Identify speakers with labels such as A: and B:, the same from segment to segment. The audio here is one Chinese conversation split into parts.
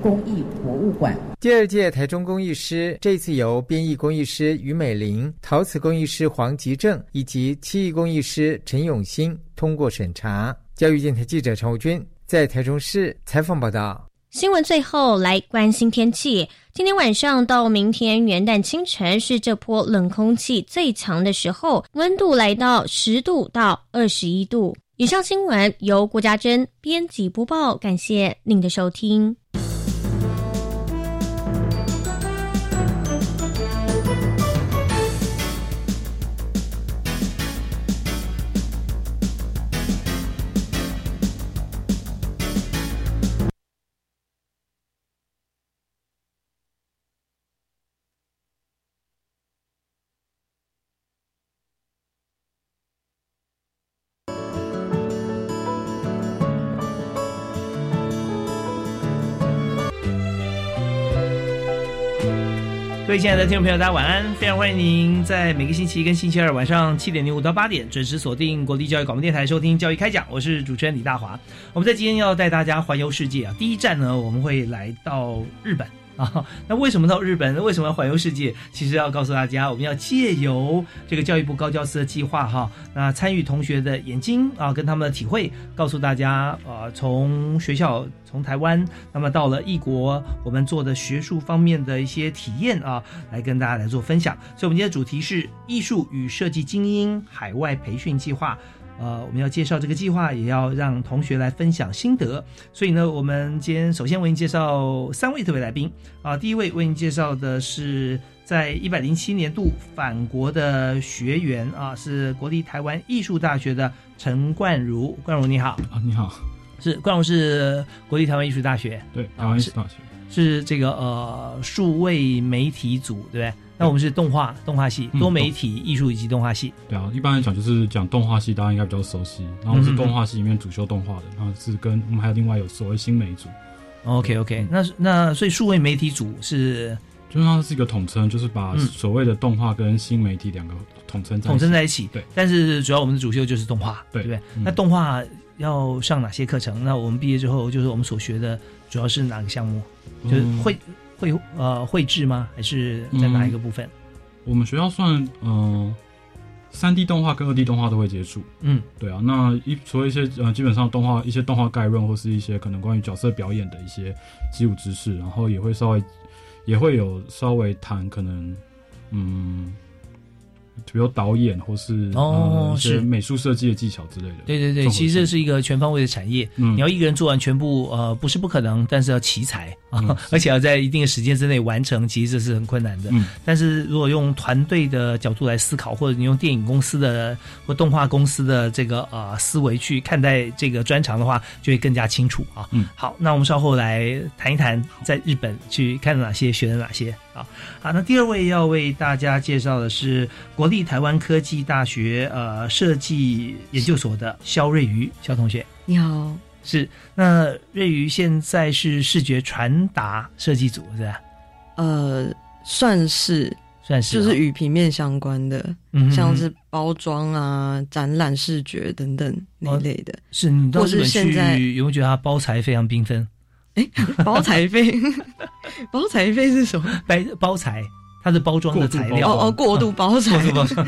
A: 工艺博物馆。
B: 第二届台中工艺师这次由编译工艺师于美玲、陶瓷工艺师黄吉正以及漆艺工艺师陈永兴通过审查。教育电台记者陈武军在台中市采访报道。
C: 新闻最后来关心天气。今天晚上到明天元旦清晨是这波冷空气最强的时候，温度来到十度到二十一度。以上新闻由郭家珍编辑播报，感谢您的收听。
D: 各位亲爱的听众朋友，大家晚安！非常欢迎您在每个星期一跟星期二晚上七点零五到八点准时锁定国立教育广播电台收听《教育开讲》，我是主持人李大华。我们在今天要带大家环游世界啊，第一站呢，我们会来到日本 啊。那为什么到日本？为什么要环游世界？其实要告诉大家，我们要借由这个教育部高教司的计划哈、那参与同学的眼睛啊，跟他们的体会，告诉大家啊，从学校从台湾，那么到了异国，我们做的学术方面的一些体验啊，来跟大家来做分享。所以，我们今天的主题是艺术与设计精英海外培训计划。呃，我们要介绍这个计划，也要让同学来分享心得。所以呢，我们今天首先为您介绍三位特别来宾啊。第一位为您介绍的是在一百零七年度返国的学员啊，是国立台湾艺术大学的陈冠如。冠如你好，
E: 啊，你好，
D: 是冠如是国立台湾艺术大学，
E: 对，
D: 啊
E: 台湾艺
D: 是
E: 术大学，
D: 是这个呃数位媒体组，对不对？那我们是动画动画系，
E: 嗯
D: 多媒体艺术以及动画系。
E: 对啊，一般来讲就是讲动画系，大家应该比较熟悉。然后我是动画系里面主修动画的，然后是跟我们还有另外有所谓新媒组，
D: OK OK，
E: 嗯
D: 那那所以数位媒体组是
E: 基本上是一个统称，就是把
D: 嗯
E: 所谓的动画跟新媒体两个统称在一
D: 统
E: 起
D: 称在一起，
E: 对。
D: 但是主要我们的主修就是动画，
E: 对
D: 不对？
E: 嗯
D: 那动画要上哪些课程？那我们毕业之后，就是我们所学的主要是哪个项目？就是
E: 嗯
D: 绘绘呃绘制吗？还是在哪一个部分？
E: 我们学校算嗯，三、D 动画跟二 D 动画都会接触。
D: 嗯
E: 对啊，那一除了一些呃，基本上动画一些动画概论，或是一些可能关于角色表演的一些基础知识，然后也会稍微也会有稍微谈可能嗯，比如导演或是
D: 哦
E: 呃、一
D: 是
E: 些美术设计的技巧之类的。
D: 对对对，
E: 综合
D: 其实这
E: 性
D: 是一个全方位的产业。
E: 嗯
D: 你要一个人做完全部，呃，不是不可能，但是要奇才啊，
E: 嗯
D: 而且要在一定的时间之内完成，其实这是很困难的。
E: 嗯
D: 但是如果用团队的角度来思考，或者你用电影公司的或动画公司的这个呃思维去看待这个专长的话，就会更加清楚啊。
E: 嗯，
D: 好，那我们稍后来谈一谈在日本去看了哪些，学了哪些啊。好，那第二位要为大家介绍的是国立台湾科技大学呃设计研究所的肖瑞瑜肖同学。
F: 你好，
D: 是，那瑞瑜现在是视觉传达设计组是吧？
F: 呃，算是
D: 算是
F: 就
D: 啊
F: 是与平面相关的，
D: 嗯哼
F: 像
D: 哼
F: 是包装啊、展览视觉等等那一类的。
D: 是你到
F: 或
D: 日
F: 是
D: 本
F: 现在
D: 去，有没有觉得它包材非常缤纷？嗯
F: 包材费， 包材费是什 么？
D: 包包材，它的包装的
E: 过度
D: 材
E: 包
D: 料
E: 装
F: 哦哦，过度包材
D: 啊过度包装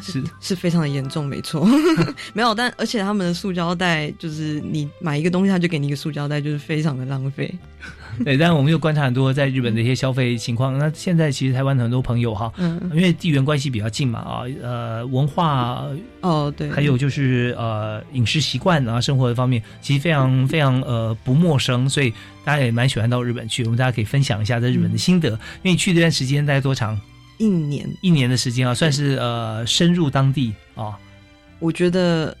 D: 是
F: 是非常的严重，没错。 没有，但而且他们的塑胶袋，就是你买一个东西，他就给你一个塑胶袋，就是非常的浪费。
D: 对，但我们又观察很多在日本的一些消费情况。那现在其实台湾很多朋友哈，
F: 嗯，
D: 因为地缘关系比较近嘛啊，呃，文化
F: 哦对，
D: 还有就是呃饮食习惯啊，生活的方面，其实非常非常呃不陌生，所以大家也蛮喜欢到日本去。我们大家可以分享一下在日本的心得，因为你去这段时间大概多长？
F: 一年，
D: 一年的时间啊，算是呃深入当地啊。
F: 我觉得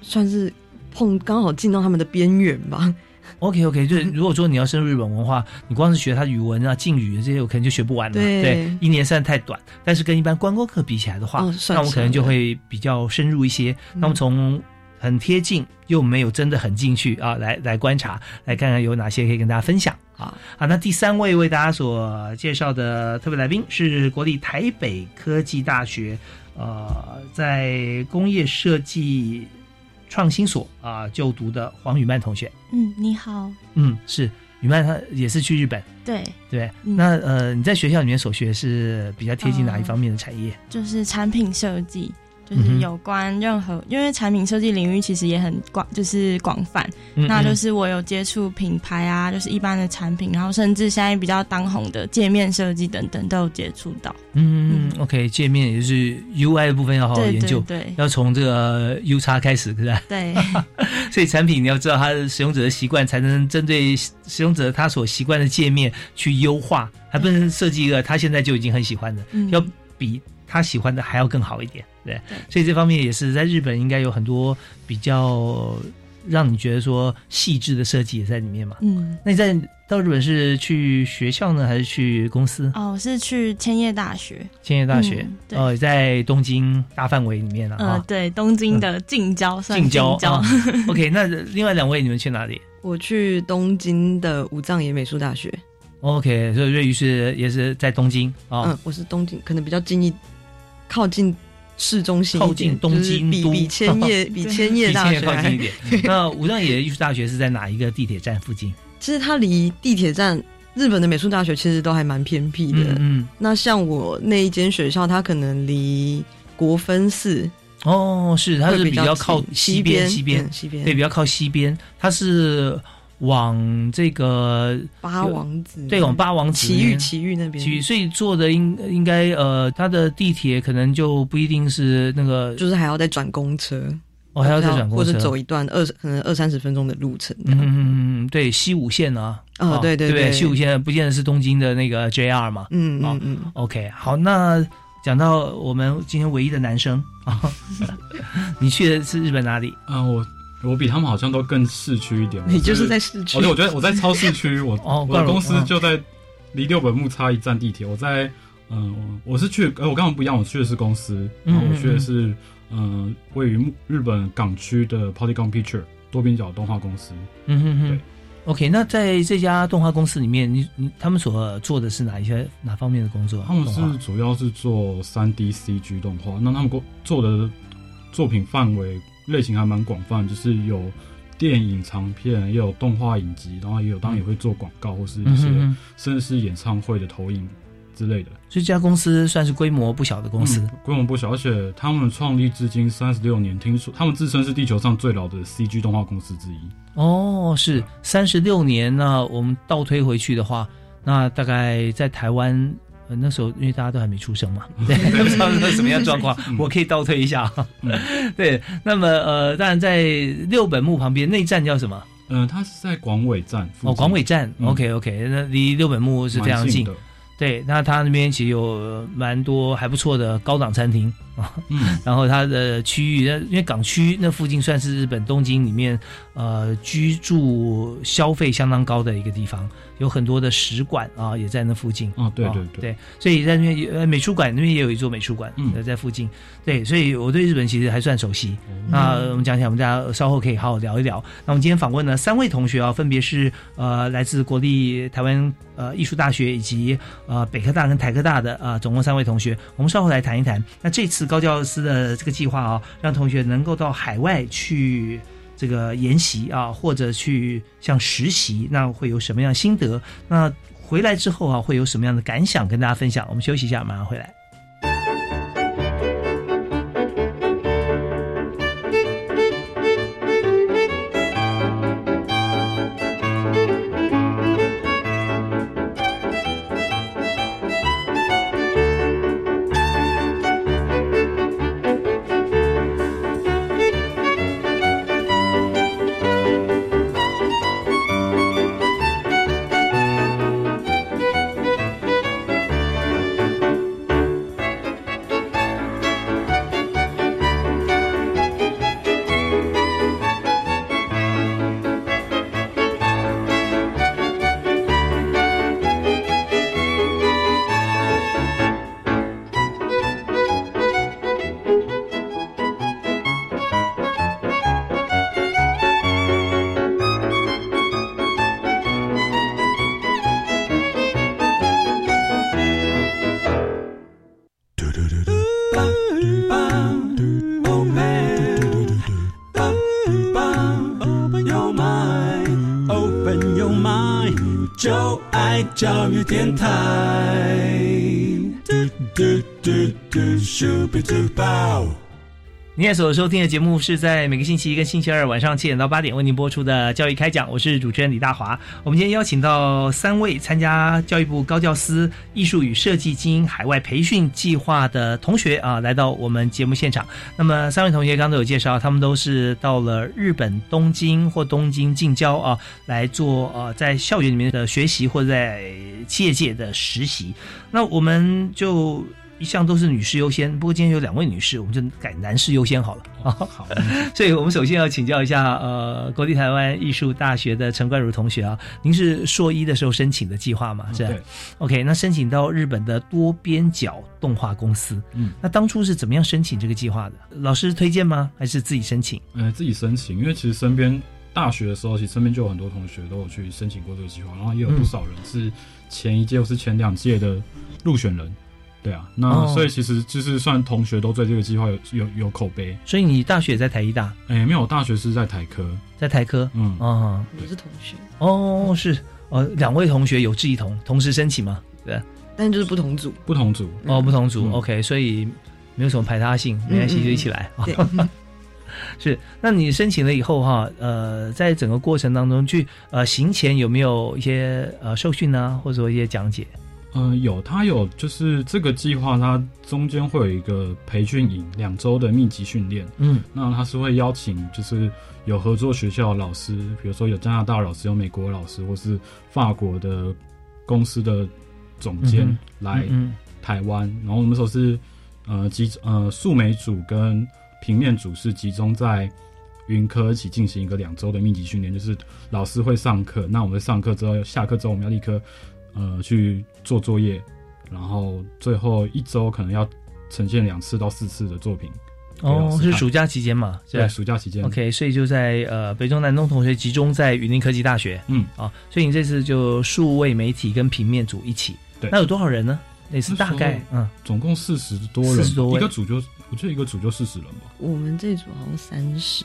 F: 算是碰刚好进到他们的边缘吧。
D: OK OK，就是如果说你要深入日本文化，你光是学它语文啊、敬语这些，我可能就学不完了嘛。
F: 对
D: 一年算太短。但是跟一般观光客比起来的话，
F: 哦算
D: 那我们
F: 是
D: 可能就
F: 对嗯
D: 会比较深入一些。那我们从很贴近又没有真的很进去啊，来来观察，来看看有哪些可以跟大家分享啊
F: 好。
D: 啊，那第三位为大家所介绍的特别来宾是国立台北科技大学，呃，在工业设计创新所啊、就读的黄宇曼同学。
C: 嗯，你好，
D: 嗯，是。雨曼她也是去日本，
A: 对，
D: 对不对，
A: 嗯
D: 那呃你在学校里面所学是比较贴近哪一方面的产业？
A: 就是产品设计，就
D: 嗯
A: 是
D: 哼
A: 有关任何，因为产品设计领域其实也很广，就是广泛。
D: 嗯
A: 那就
D: 嗯
A: 是我有接触品牌啊，就是一般的产品，然后甚至现在比较当红的界面设计等等都有接触到。
D: 嗯嗯，OK，界面也就是 UI 的部分要好好
A: 对
D: 哦研
A: 对
D: 究，
A: 对
D: 要从这个 U 叉开始，是吧？
A: 对，
D: 所以产品你要知道它的使用者的习惯，才能针对使用者他所习惯的界面去优化，还不能设计一个他现在就已经很喜欢的，
A: 嗯
D: 要比他喜欢的还要更好一点，对不对
A: 对
D: 所以这方面也是在日本应该有很多比较让你觉得说细致的设计也在里面嘛。
A: 嗯。
D: 那你在到日本是去学校呢，还是去公司？
A: 哦，我是去千叶大学，
D: 千叶大学
A: 嗯，对
D: 呃，在东京大范围里面了
A: 呃
D: 啊，，
A: 对，东京的近郊算
D: 近郊。
A: 郊，
D: 啊 OK，那另外两位你们去哪里？
F: 我去东京的武藏野美术大学，
D: OK，所以瑞宇是也是在东京啊
F: 嗯，，我是东京，可能比较近一，靠近市中心一点，
D: 靠近东京
F: 就是
D: 都
F: 比比千 叶比千
D: 比
F: 叶大
D: 千叶
F: 学
D: 靠近一
F: 还。
D: 点。那武藏野艺术大学是在哪一个地铁站附近？
F: 其实它离地铁站，日本的美术大学其实都还蛮偏僻的。
D: 嗯嗯，
F: 那像我那一间学校，它可能离国分寺
D: 哦，是，它是比
F: 会
D: 较
F: 较
D: 靠
F: 近
D: 西
F: 西
D: 边，西
F: 西
D: 边
F: 嗯、西
D: 对，
F: 边
D: 比较靠西边，它是往这个
F: 八王子
D: 对往八王子
F: 奇
D: 那
F: 遇
D: 边
F: 奇遇那边，
D: 其余所以坐的应应该呃，它的地铁可能就不一定是那个，
F: 就是还要再转公车，
D: 哦，还要再转公
F: 或
D: 车，
F: 者走一段二十可能二三十分钟的路程。
D: 嗯嗯嗯嗯，对，西武线啊，
F: 哦对
D: 对
F: 对
D: 不
F: 对
D: 西武线不见得是东京的那个 JR 嘛，
F: 嗯
D: 哦
F: 嗯嗯，
D: OK，好，那讲到我们今天唯一的男生 啊，你去的是日本哪里？
E: 啊，我我比他们好像都更市区一点。
F: 你就是
E: 我
F: 在市区
E: 哦，对，我觉得我在超市区，我、
D: 哦
E: 我
D: 怪
E: 的
D: 我
E: 公司
D: 嗯
E: 就在离六本木差一站地铁。我在嗯，我我是去，呃，我刚刚不一样，我去的是公司，然
D: 嗯
E: 后我去的是嗯位于木日本港区的 Polygon Picture 多边角动画公司。
D: 嗯哼哼
E: 对。
D: OK，那在这家动画公司里面，你你他们所做的是哪一些哪方面的工作？
E: 他们
D: 动
E: 是
D: 画
E: 主要是做三 D CG 动画，那他们过做的作品范围类型还蛮广泛，就是有电影长片，也有动画影集，然后也有当然也会做广告或是一
D: 嗯
E: 些
D: 哼哼，
E: 甚至是演唱会的投影之类的。
D: 所以这家公司算是规模不小的公司
E: 嗯。规模不小，而且他们创立至今三十六年，听说他们自称是地球上最老的 CG 动画公司 之一。
D: 哦，是三十六年。那我们倒推回去的话，那大概在台湾。呃那时候因为大家都还没出生 嘛，对，不知道是什么样状况，
E: 嗯
D: 我可以倒推一下。
E: 嗯
D: 对，那么呃，当然在六本木旁边那一站叫什么？
E: 嗯、它是在广尾站附近
D: 哦，广尾站。
E: 嗯
D: OK OK，那离六本木是非常
E: 蛮
D: 近。
E: 的。
D: 对，那它那边其实有呃蛮多还不错的高档餐厅啊。
E: 嗯，
D: 然后它的区域，那因为港区那附近算是日本东京里面呃居住消费相当高的一个地方，有很多的使馆啊也在那附近。
E: 哦，对
D: 啊
E: 对
D: 对，所以在那边有呃美术馆那边也有一座美术馆，
E: 嗯
D: 呃在附近。对，所以我对日本其实还算熟悉。
E: 哦
D: 那我们讲起来，我们大家稍后可以好好聊一聊。那我们今天访问了三位同学啊，分别是呃来自国立台湾呃艺术大学以及呃北科大跟台科大的啊、呃总共三位同学。我们稍后来谈一谈。那这次高教师的这个计划啊，让同学能够到海外去。这个研习啊，或者去像实习，那会有什么样的心得？那回来之后啊，会有什么样的感想跟大家分享？我们休息一下，马上回来。
G: 嘟就爱教育电台，嘟嘟嘟嘟咻比嘟爆。
D: 你也所收听的节目是在每个星期一跟星期二晚上七点到八点为您播出的教育开讲，我是主持人李大华。我们今天邀请到三位参加教育部高教司艺术与设计精英海外培训计划的同学啊，来到我们节目现场。那么三位同学刚刚都有介绍，他们都是到了日本东京或东京近郊啊，来做呃在校园里面的学习或者在企业界的实习。那我们就一向都是女士优先，不过今天有两位女士，我们就改男士优先好了。
E: 哦好，嗯
D: 所以我们首先要请教一下，呃，国立台湾艺术大学的陈冠如同学啊，您是硕一的时候申请的计划嘛？是吧、
E: 嗯
D: 啊
E: 对，
D: OK，那申请到日本的多边角动画公司，
E: 嗯，
D: 那当初是怎么样申请这个计划的？老师推荐吗？还是自己申请？
E: 呃，自己申请，因为其实身边大学的时候，其实身边就有很多同学都有去申请过这个计划，然后
D: 嗯
E: 也有不少人是前一届或是前两届的入选人。对啊，那
D: 哦
E: 所以其实就是算同学都对这个计划有有有口碑。
D: 所以你大学也在台医大，
E: 哎、没有，我大学是在台科，
D: 在台科，
E: 嗯，
D: 哦
F: 我是同学，
D: 哦是哦，两位同学有志一同，同时申请吗？
F: 但就是不同组。
E: 不同组，
D: 哦，不同组、
E: 嗯
D: o k 所以没有什么排他性，没关系，
F: 嗯嗯
D: 就一起来。
F: 对
D: 是，那你申请了以后哈，呃，在整个过程当中去呃行前有没有一些呃受训啊，或者说一些讲解？
E: 呃，有，它有，就是这个计划，它中间会有一个培训营，两周的密集训练。
D: 嗯
E: 那它是会邀请，就是有合作学校的老师，比如说有加拿大老师、有美国的老师，或是法国的公司的总监
D: 嗯
E: 来
D: 嗯
E: 台湾。然后我们那时候是呃集呃数媒组跟平面组是集中在云科一起进行一个两周的密集训练，就是老师会上课，那我们上课之后下课之后我们要立刻呃去做作业，然后最后一周可能要呈现两次到四次的作品。给
D: 嗯
E: 老
D: 哦，
E: 师
D: 是
E: 看
D: 暑假期间嘛，是吧
E: 对，暑假期间
D: OK，所以就在呃北中南东同学集中在云林科技大学
E: 嗯，
D: 啊，所以你这次就数位媒体跟平面组一起，
E: 对
D: 那有多少人呢？那次
E: 那
D: 大
E: 时候
D: 概嗯
E: 总共四十多人吧，
D: 40多位
E: 一个组就我记得一个组就四十人吧。
F: 我们这组好像三十，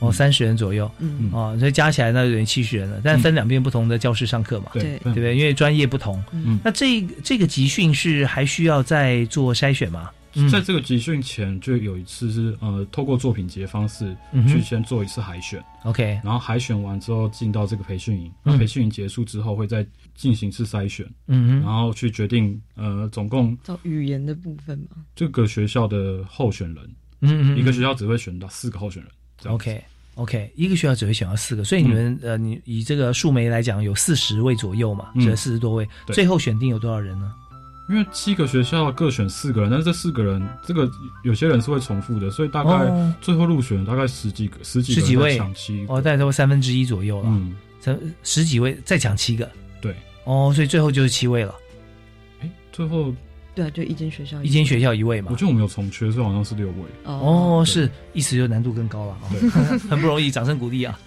D: 哦三十人左右
F: 嗯，
D: 哦，所以加起来那有点七十人了，
E: 嗯
D: 但分两边不同的教室上课嘛，
E: 对
F: 对
D: 哦对不对？因为专业不同。
F: 嗯
D: 那这这个集训是还需要再做筛选吗？嗯
E: 在这个集训前就有一次是呃透过作品集的方式
D: 嗯
E: 去
D: 哼
E: 先做一次海选。
D: OK，
E: 然后海选完之后进到这个培训营，
D: 嗯
E: 那培训营结束之后会再进行一次筛选，
D: 嗯
E: 然
D: 哼，
E: 后去决定呃总共
F: 到语言的部分嘛，
E: 这个学校的候选人，
D: 嗯嗯，
E: 一个学校只会选到四个候选人。这样子
D: OK OK，一个学校只会选到四个，所以你们、呃，你以这个数媒来讲，有四十位左右嘛，
E: 嗯
D: 这四十多位，
E: 对
D: 最后选定有多少人呢？
E: 因为七个学校各选四个人，但是这四个人这个有些人是会重复的，所以大概
D: 哦
E: 最后入选大概十几个十几个
D: 十几
E: 人在
D: 位
E: 抢七
D: 哦，大概都三分之一左右了，
E: 嗯，
D: 三十几位再抢七个，
E: 对，
D: 哦，所以最后就是七位了，
E: 哎，最后
F: 对啊，就一间学校
D: 一间学校一位
E: 我
D: 嘛
E: 觉。得我们有重缺，所以好像是六位。
F: 哦，
D: 哦，
E: 对
D: 是，意思就难度更高了啊、哦， 很不容易，掌声鼓励啊。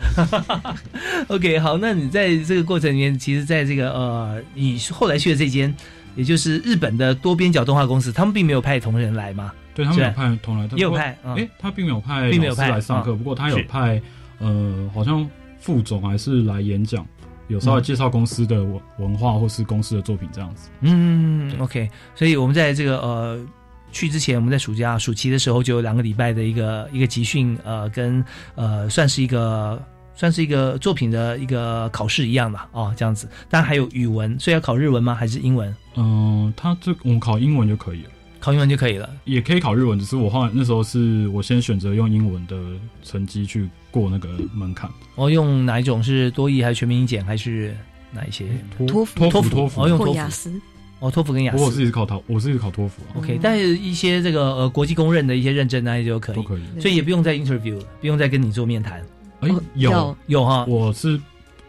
D: OK，好，那你在这个过程里面，其实在这个呃，你后来去的这间，也就是日本的多边角动画公司，他们并没有派同人来嘛，
E: 对他们有
D: 是
E: 派同来，
D: 也有
E: 不过
D: 派，嗯、
E: 哎、他并没有派
D: 并没有
E: 老师
D: 派嗯
E: 来上课，不过他有
D: 是
E: 派呃，好像副总还是来演讲，有稍微
D: 嗯
E: 介绍公司的文文化或是公司的作品这样子。
D: 嗯，OK，所以我们在这个呃去之前，我们在暑假暑期的时候就有两个礼拜的一个一个集训，呃，跟呃算是一个算是一个作品的一个考试一样吧，哦，这样子。当然还有语文，所以要考日文吗？还是英文？
E: 嗯、他这我们考英文就可以了，
D: 考英文就可以了。
E: 也可以考日文，只是我后来那时候是我先选择用英文的成绩去过那个门槛，
D: 我、哦、用哪一种是多益还是全民英检还是哪一些？
F: 托福
E: 托
D: 托福
E: 托福
D: 哦，用
F: 或
D: 托
F: 雅
D: 福
F: 思，
D: 哦，托福跟雅
E: 不过我
D: 思。
E: 自己是考托，我自己是考托福、啊，
D: OK，但是一些这个呃国际公认的一些认证那些就可
E: 都
D: 以，
E: 可以。
F: 对
D: 所以也不用再 interview，了，不用再跟你做面谈。
E: 哎、
F: 哦
E: 有，
D: 有哈，
E: 我是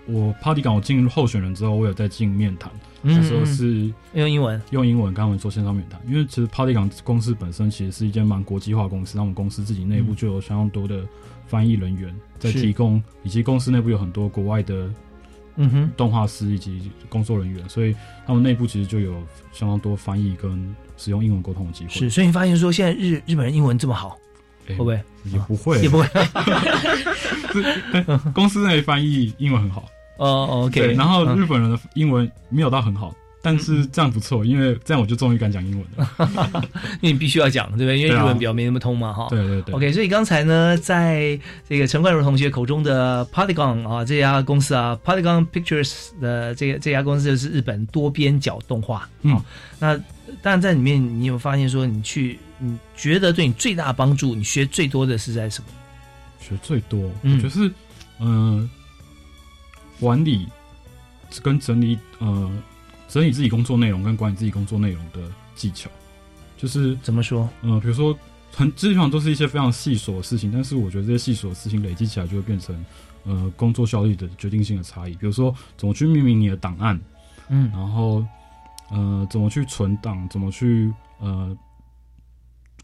E: 我 party 港我进入候选人之后，我有在进面谈，
D: 嗯
E: 那时候
D: 嗯
E: 是。
D: 用英文。
E: 用英文跟他们做线上面谈，因为其实 Party 港公司本身其实是一间蛮国际化的公司，那我们公司自己内部
D: 嗯
E: 就有相当多的翻译人员在
D: 是
E: 提供，以及公司内部有很多国外的
D: 嗯哼，
E: 动画师以及工作人员，所以他们内部其实就有相当多翻译跟使用英文沟通的机会。
D: 是，，所以你发现说现在日日本人英文这么好，哦
E: 欸、
D: 会不 会？
E: 也不会？
D: 也不会。
E: 是、欸公司内翻译英文很好，
D: 哦，OK，
E: 对，然后
D: 嗯
E: 日本人的英文没有到很好，但是这样不错，因为这样我就终于敢讲英文了。
D: 因为你必须要讲，对不对？因为
E: 对啊
D: 日文比较没那么通嘛，哈。
E: 对对对
D: OK，所以刚才呢，在这个陈冠儒同学口中的 Polygon 啊这家公司啊，Polygon Pictures 的这个这家公司就是日本多边角动画。
E: 嗯
D: 啊那当然在里面，你有发现说，你去你觉得对你最大帮助，你学最多的是在什么？
E: 学最多，
D: 嗯
E: 我就是嗯、呃管理跟整理呃整理自己工作内容跟管理自己工作内容的技巧，就是
D: 怎么说？
E: 呃，比如说很基本上都是一些非常细琐的事情，但是我觉得这些细琐的事情累积起来就会变成呃工作效率的决定性的差异。比如说怎么去命名你的档案，
D: 嗯
E: 然后呃怎么去存档，怎么去呃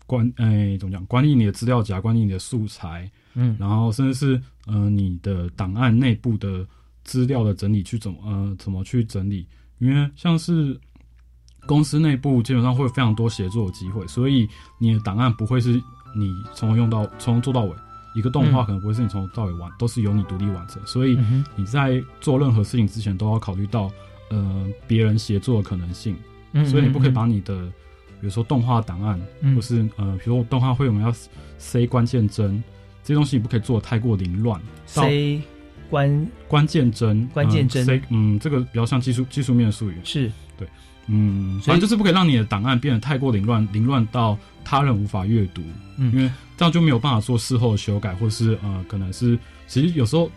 E: 管哎、怎么讲管理你的资料夹，管理你的素材，
D: 嗯
E: 然后甚至是呃你的档案内部的资料的整理去怎么呃怎么去整理，因为像是公司内部基本上会有非常多协作的机会，所以你的档案不会是你从头用到从头做到尾，一个动画
D: 嗯
E: 可能不会是你从头到尾完，都是由你独立完成，所以
D: 嗯哼
E: 你在做任何事情之前都要考虑到呃别人协作的可能性，
D: 嗯
E: 所以你不可以把
D: 嗯
E: 你的比如说动画档案
D: 嗯
E: 或是呃，比如说动画会我们要塞关键帧，这些东西你不可以做得太过凌乱。到
D: C 关
E: 关键帧，
D: 关键帧
E: 呃塞嗯，这个比较像技术技术面的术语，
D: 是
E: 嗯，
D: 所
E: 反
D: 以
E: 正就是不可以让你的档案变得太过凌乱，凌乱到他人无法阅读，
D: 嗯
E: 因为这样就没有办法做事后的修改，或是呃，可能是其实有时候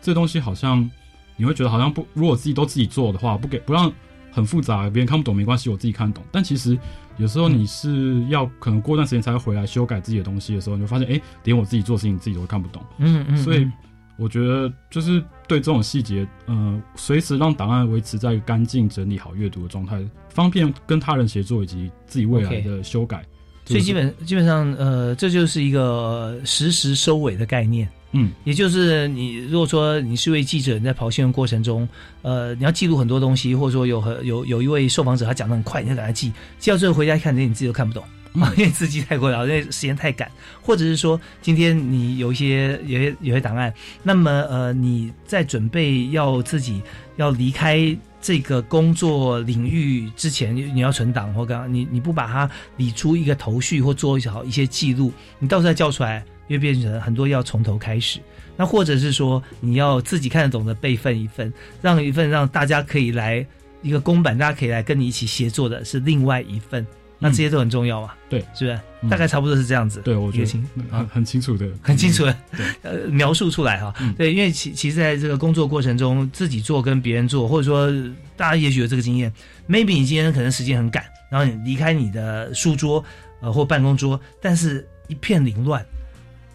E: 这东西好像你会觉得好像不，如果自己都自己做的话，不给不让很复杂，别人看不懂没关系，我自己看懂。但其实有时候
D: 嗯
E: 你是要可能过段时间才会回来修改自己的东西的时候，你就发现哎、诶连我自己做事情自己都看不懂。
D: 嗯嗯，
E: 所以
D: 嗯
E: 我觉得就是对这种细节，呃，随时让档案维持在干净、整理好、阅读的状态，方便跟他人协作以及自己未来
D: OK
E: 的修改。
D: 所以基
E: 这个是
D: 本基本上呃，这就是一个呃实时收尾的概念。
E: 嗯，
D: 也就是你如果说你是一位记者，你在跑新闻过程中，呃，你要记录很多东西，或者说有很有有一位受访者他讲的很快，你就赶快记，记到最后回家一看，连你自己都看不懂。
E: 嗯
D: 啊，因为自己太过了，因为时间太赶，或者是说今天你有一些有些有些档案，那么呃你在准备要自己要离开这个工作领域之前，你你要存档或干嘛，你你不把它理出一个头绪或做好一些记录，你到时候再叫出来，又变成很多要从头开始。那或者是说你要自己看得懂的备份一份，让一份让大家可以来一个公版，大家可以来跟你一起协作的是另外一份。那这些都很重要嘛？
E: 对
D: 是不是？
E: 嗯
D: 大概差不多是这样子。
E: 对我觉
D: 一个
E: 得
D: 情啊
E: 很很清楚的，嗯
D: 很清楚的
E: 对
D: 呃描述出来哈、
E: 嗯
D: 对，因为其其实在这个工作过程中，自己做跟别人做，或者说呃大家也许有这个经验，maybe 你今天可能时间很赶，然后你离开你的书桌呃或办公桌，但是一片凌乱。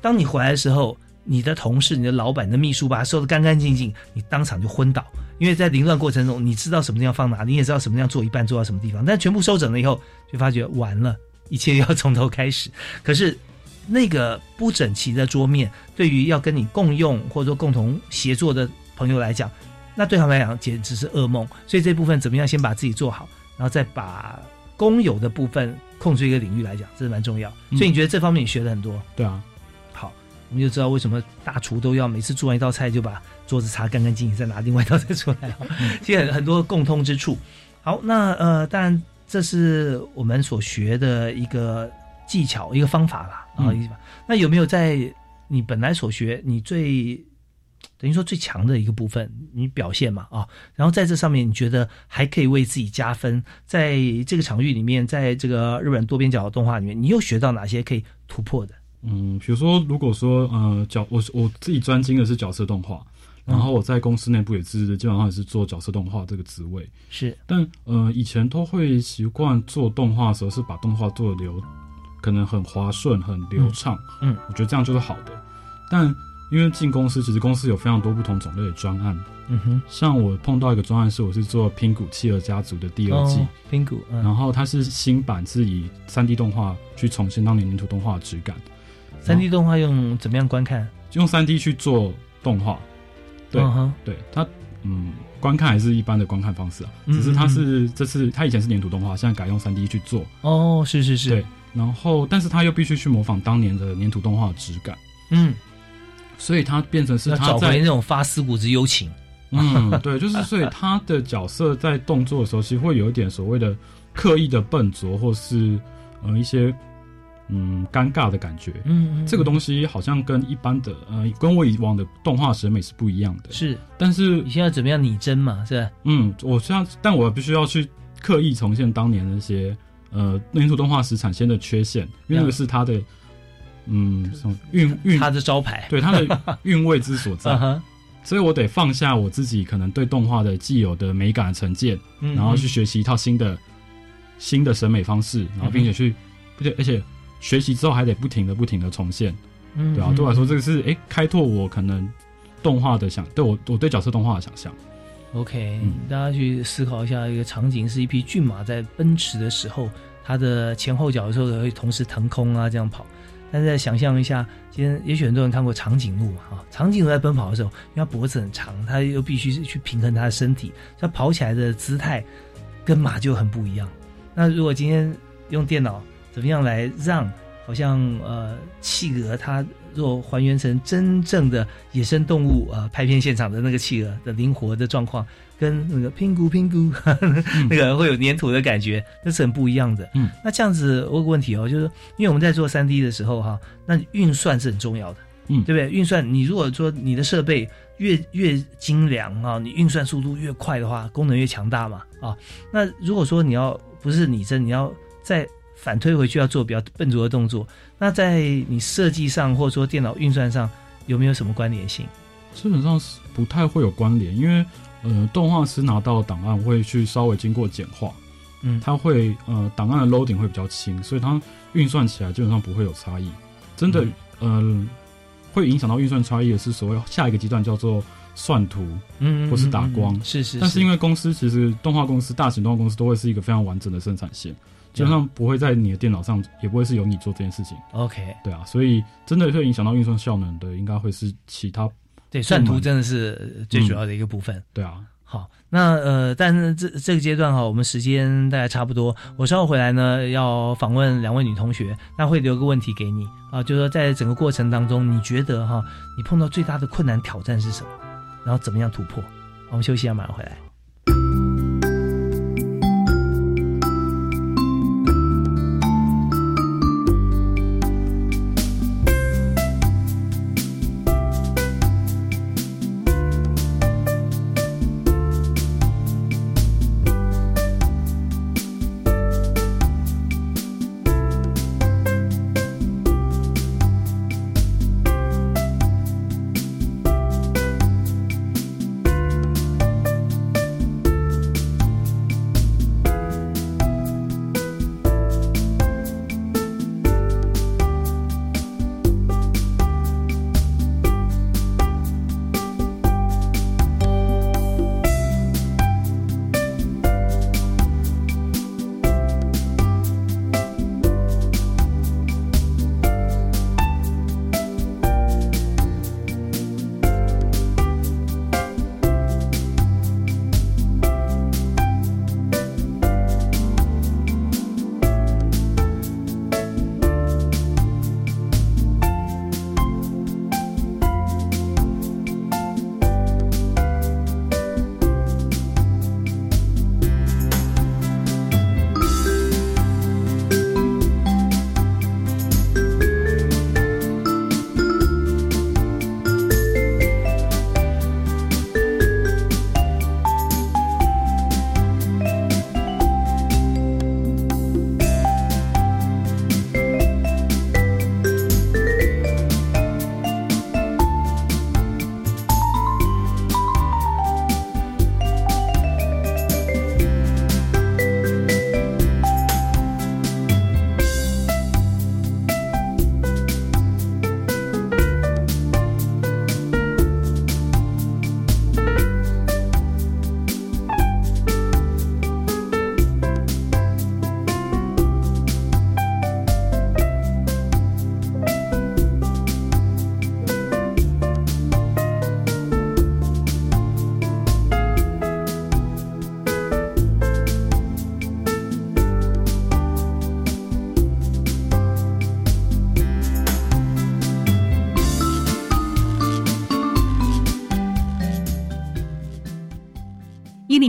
D: 当你回来的时候，你的同事、你的老板、你的秘书把它收的干干净净，你当场就昏倒，因为在凌乱过程中，你知道什么地方放哪，你也知道什么地方做一半做到什么地方，但全部收整了以后，就发觉完了，一切要从头开始。可是那个不整齐的桌面，对于要跟你共用或者说共同协作的朋友来讲，那对他们来讲简直是噩梦。所以这部分怎么样先把自己做好，然后再把公有的部分空出一个领域来讲，这是蛮重要。
E: 嗯
D: 所以你觉得这方面你学了很多，
E: 对啊，
D: 好。我们就知道为什么大厨都要每次做完一道菜就把桌子擦干干净净，再拿另外一道菜出来。其实很很多共通之处。好，那呃，当然这是我们所学的一个技巧，一个方法啦，啊、
E: 嗯
D: 一个方法那有没有在你本来所学你最等于说最强的一个部分，你表现嘛啊？然后在这上面，你觉得还可以为自己加分，在这个场域里面，在这个日本多边角动画里面，你又学到哪些可以突破的？
E: 嗯，比如说如果说呃角我我自己专精的是角色动画，然后我在公司内部也是基本上也是做角色动画这个职位，
D: 是，
E: 但呃，以前都会习惯做动画的时候，是把动画做得流，可能很滑顺、很流畅。
D: 嗯嗯
E: 我觉得这样就是好的。但因为进公司，其实公司有非常多不同种类的专案。
D: 嗯哼，
E: 像我碰到一个专案是，我是做《拼谷企鹅家族》的第二季，
D: 哦，冰谷，嗯，
E: 然后它是新版，是以三 D 动画去重现当年粘土动画的质感，
D: 三 D 动画用怎么样观看？
E: 用三 D 去做动画。对
D: 嗯哼
E: 对它，嗯，观看还是一般的观看方式啊，
D: 嗯
E: 只是它
D: 嗯嗯
E: 是这次它以前是粘土动画，现在改用三 D 去做。
D: 哦，是是是
E: 对，然后但是他又必须去模仿当年的粘土动画的质感，
D: 嗯，
E: 所以他变成是
D: 要
E: 他
D: 找回
E: 在
D: 那种发丝骨之幽情。
E: 嗯，对，就是所以他的角色在动作的时候，其实会有一点所谓的刻意的笨拙，或是呃一些嗯尴尬的感觉。
D: 嗯，
E: 这个东西好像跟一般的呃，跟我以往的动画审美是不一样的。
D: 是
E: 但是
D: 你现在怎么样拟真嘛，是吧？
E: 嗯，我这样，但我必须要去刻意重现当年那些呃内图动画时产生的缺陷，因为那个是它的嗯什么韵韵
D: 他的招牌，
E: 对它的韵味之所
D: 嗯
E: 在，
D: 哼，
E: 所以我得放下我自己可能对动画的既有的美感的成见，
D: 嗯
E: 然后去学习一套新的新的审美方式，然
D: 嗯
E: 后并且去，而且而且学习之后还得不停的不停的重现，
D: 嗯
E: 对啊，对我来说这个是诶开拓我可能动画的想对我我对角色动画的想象，
D: OK，、
E: 嗯
D: 大家去思考一下，一个场景是一匹骏马在奔驰的时候，它的前后脚有时候会同时腾空啊，这样跑。但是再想象一下，今天也许很多人看过长颈鹿嘛，啊，长颈鹿在奔跑的时候，因为它脖子很长，它又必须是去平衡它的身体，所以它跑起来的姿态跟马就很不一样。那如果今天用电脑怎么样来让，好像呃企鹅它若还原成真正的野生动物啊、呃拍片现场的那个企鹅的灵活的状况，跟那个拼咕拼 咕那个会有粘土的感觉，那是很不一样的。
E: 嗯，
D: 那这样子我有个问题哦，就是说因为我们在做三 D 的时候哈、那运算是很重要的，
E: 嗯
D: 对不对？运算你如果说你的设备越越精良啊，你运算速度越快的话，功能越强大嘛啊。那如果说你要不是拟真，你要再反推回去要做比较笨拙的动作，那在你设计上或者说电脑运算上有没有什么关联性？
E: 基本上是不太会有关联，因为呃动画师拿到档案会去稍微经过简化，
D: 嗯，
E: 它会呃档案的 loading 会比较轻，所以它运算起来基本上不会有差异。真的，嗯、会影响到运算差异的是所谓下一个阶段叫做算图，
D: 嗯，嗯
E: 或是打
D: 嗯嗯
E: 光
D: 嗯是是，
E: 但是因
D: 为
E: 为公司其实动画公司大型动画公司都会是一个非常完整的生产线，基本上不会在你的电脑上，也不会是由你做这件事情，
D: OK，
E: 对啊，所以真的会影响到运算效能的，应该会是其他，
D: 对，算
E: 动
D: 图
E: 漫
D: 真的是最主要的一个部分。
E: 对啊，
D: 好，那呃，但是这这个阶段哈，我们时间大概差不多。我稍后回来呢，要访问两位女同学，那会留个问题给你啊，就是说在整个过程当中，你觉得哈，你碰到最大的困难挑战是什么？然后怎么样突破？我们休息一下，马上回来。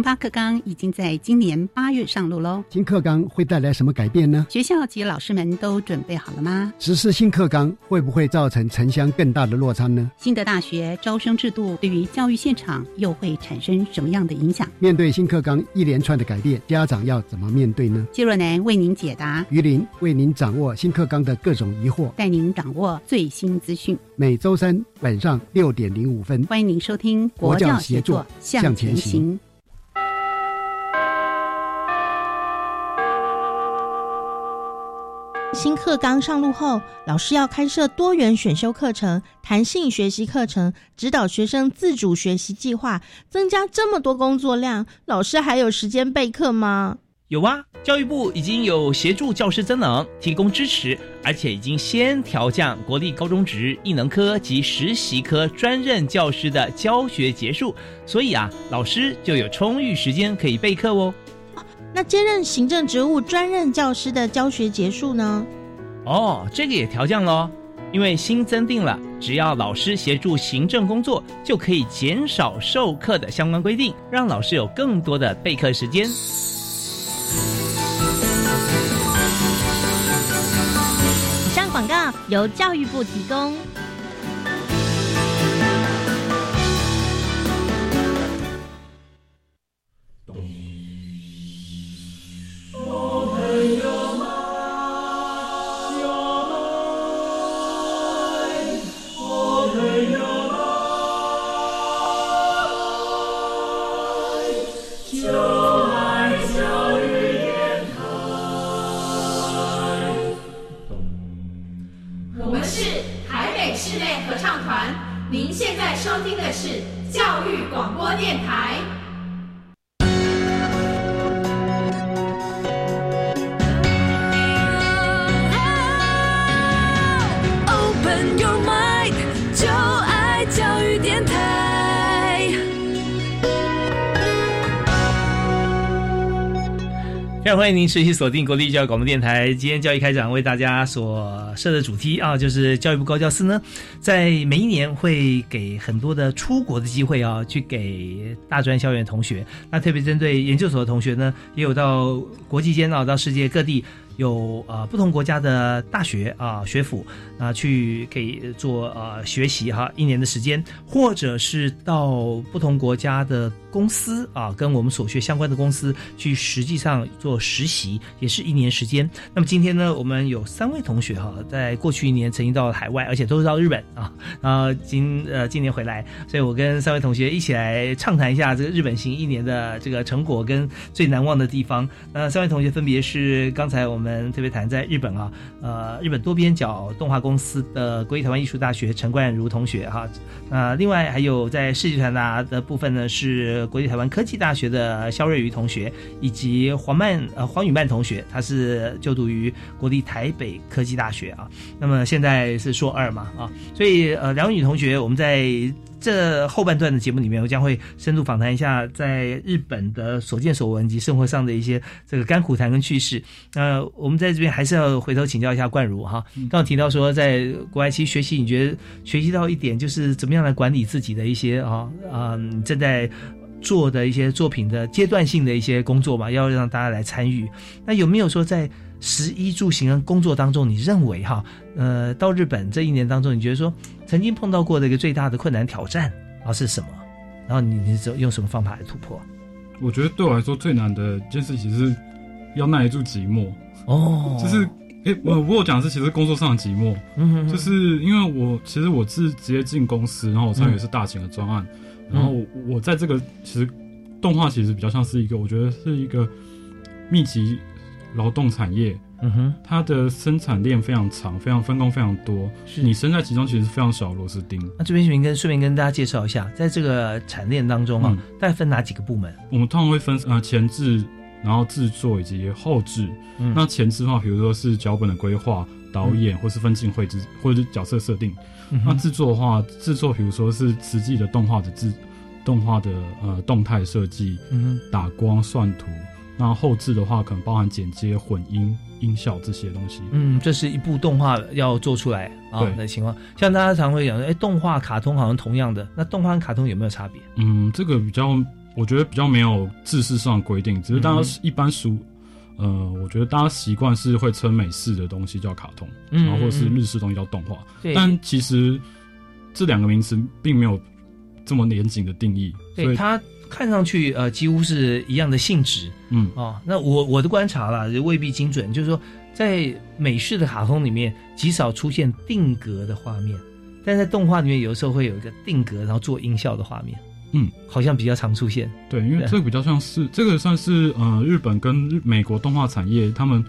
H: 八课纲已经在今年八月上路喽。
I: 新课纲会带来什么改变呢？
H: 学校及老师们都准备好了吗？
I: 实施新课纲会不会造成城乡更大的落差呢？
H: 新的大学招生制度对于教育现场又会产生什么样的影响？
I: 面对新课纲一连串的改变，家长要怎么面对呢？
H: 谢若楠为您解答，
I: 于林为您掌握新课纲的各种疑惑，
H: 带您掌握最新资讯。
I: 每周三晚上六点零五分。
H: 欢迎您收听国
I: 国
H: 教
I: 教协
H: 协作
I: 作
H: 向
I: 向
H: 前
I: 前行
H: 行。
J: 新课纲上路后，老师要开设多元选修课程、弹性学习课程，指导学生自主学习计划，增加这么多工作量，老师还有时间备课吗？
D: 有啊，教育部已经有协助教师增能提供支持，而且已经先调降国立高中职艺能科及实习科专任教师的教学结束，所以啊，老师就有充裕时间可以备课哦。
J: 那兼任行政职务专任教师的教学结束呢？
D: 哦，这个也调降喽，因为新增定了，只要老师协助行政工作，就可以减少授课的相关规定，让老师有更多的备课时间。
J: 以上广告由教育部提供。
K: 我们是台北室内合唱团，您现在收听的是教育广播电台。
L: Open your mind，就爱教育电台。
D: 非常欢迎您持续锁定国立教育广播电台。今天教育开展为大家所设的主题啊，就是教育部高教司呢，在每一年会给很多的出国的机会啊，去给大专校园同学。那特别针对研究所的同学呢，也有到国际间啊，到世界各地有呃不同国家的大学啊、学府啊去给做呃学习哈、一年的时间，或者是到不同国家的公司啊，跟我们所学相关的公司去实际上做实习，也是一年时间。那么今天呢，我们有三位同学哈、在过去一年曾经到海外，而且都是到日本啊，然后今呃今年回来，所以我跟三位同学一起来畅谈一下这个日本行一年的这个成果跟最难忘的地方。那三位同学分别是刚才我们特别谈在日本啊，呃，日本多边角动画公司的国立台湾艺术大学陈冠如同学哈、那另外还有在视觉传达的部分呢，是国立台湾科技大学的肖瑞瑜同学，以及黄曼呃黄宇曼同学，他是就读于国立台北科技大学啊。那么现在是硕二嘛啊，所以呃梁文宇同学，我们在这后半段的节目里面，我将会深度访谈一下在日本的所见所闻及生活上的一些这个甘苦谈跟趣事。那、我们在这边还是要回头请教一下冠如哈，刚刚提到说在国外其实学习，你觉得学习到一点就是怎么样来管理自己的一些啊啊、你正在做的一些作品的阶段性的一些工作嘛，要让大家来参与。那有没有说在食衣住行跟工作当中，你认为哈呃到日本这一年当中，你觉得说曾经碰到过的一个最大的困难挑战啊是什么？然后你你是用什么方法来突破？
E: 我觉得对我来说最难的一件事情是要耐得住寂寞，
D: 哦
E: 就是诶、我我有讲的是其实工作上的寂寞，
D: 嗯哼哼
E: 就是因为我其实我是直接进公司，然后我参与的是大型的专案，
D: 嗯
E: 然后我我在这个其实动画其实比较像是一个，我觉得是一个密集劳动产业，
D: 嗯哼
E: 它的生产链非常长，非常分工非常多，
D: 是
E: 你身在其中其实是非常小的螺丝钉。
D: 那这边顺便跟顺便跟大家介绍一下，在这个产链当中啊，
E: 嗯
D: 大概分哪几个部门？
E: 我们通常会分呃前置，然后制作以及后置。
D: 嗯
E: 那前置的话，比如说是脚本的规划、导演、或是分镜绘制，或者是角色设定。
D: 嗯
E: 那
D: 哼
E: 制作的话，制作比如说是实际的动画的制，动画的呃动态设计、
D: 嗯
E: 打光、算图。那后置的话，可能包含剪接、混音、音效这些东西。
D: 嗯，这是一部动画要做出来啊
E: 对
D: 的情况。像大家常会讲说，哎，动画、卡通好像同样的，那动画跟卡通有没有差别？
E: 嗯，这个比较我觉得比较没有制式上的规定，只
D: 嗯
E: 是大家一般俗，呃，我觉得大家习惯是会称美式的东西叫卡通，
D: 嗯
E: 啊然后或者是日式东西叫动画
D: 对，
E: 但其实这两个名词并没有这么严谨的定义，所
D: 对
E: 以
D: 它看上去呃几乎是一样的性质
E: 嗯
D: 哦。那我我的观察啦，也未必精准，就是说在美式的卡通里面极少出现定格的画面，但在动画里面有时候会有一个定格，然后做音效的画面，
E: 嗯，
D: 好像比较常出现。
E: 对，因为这个比较像是这个算是呃日本跟日美国动画产业他们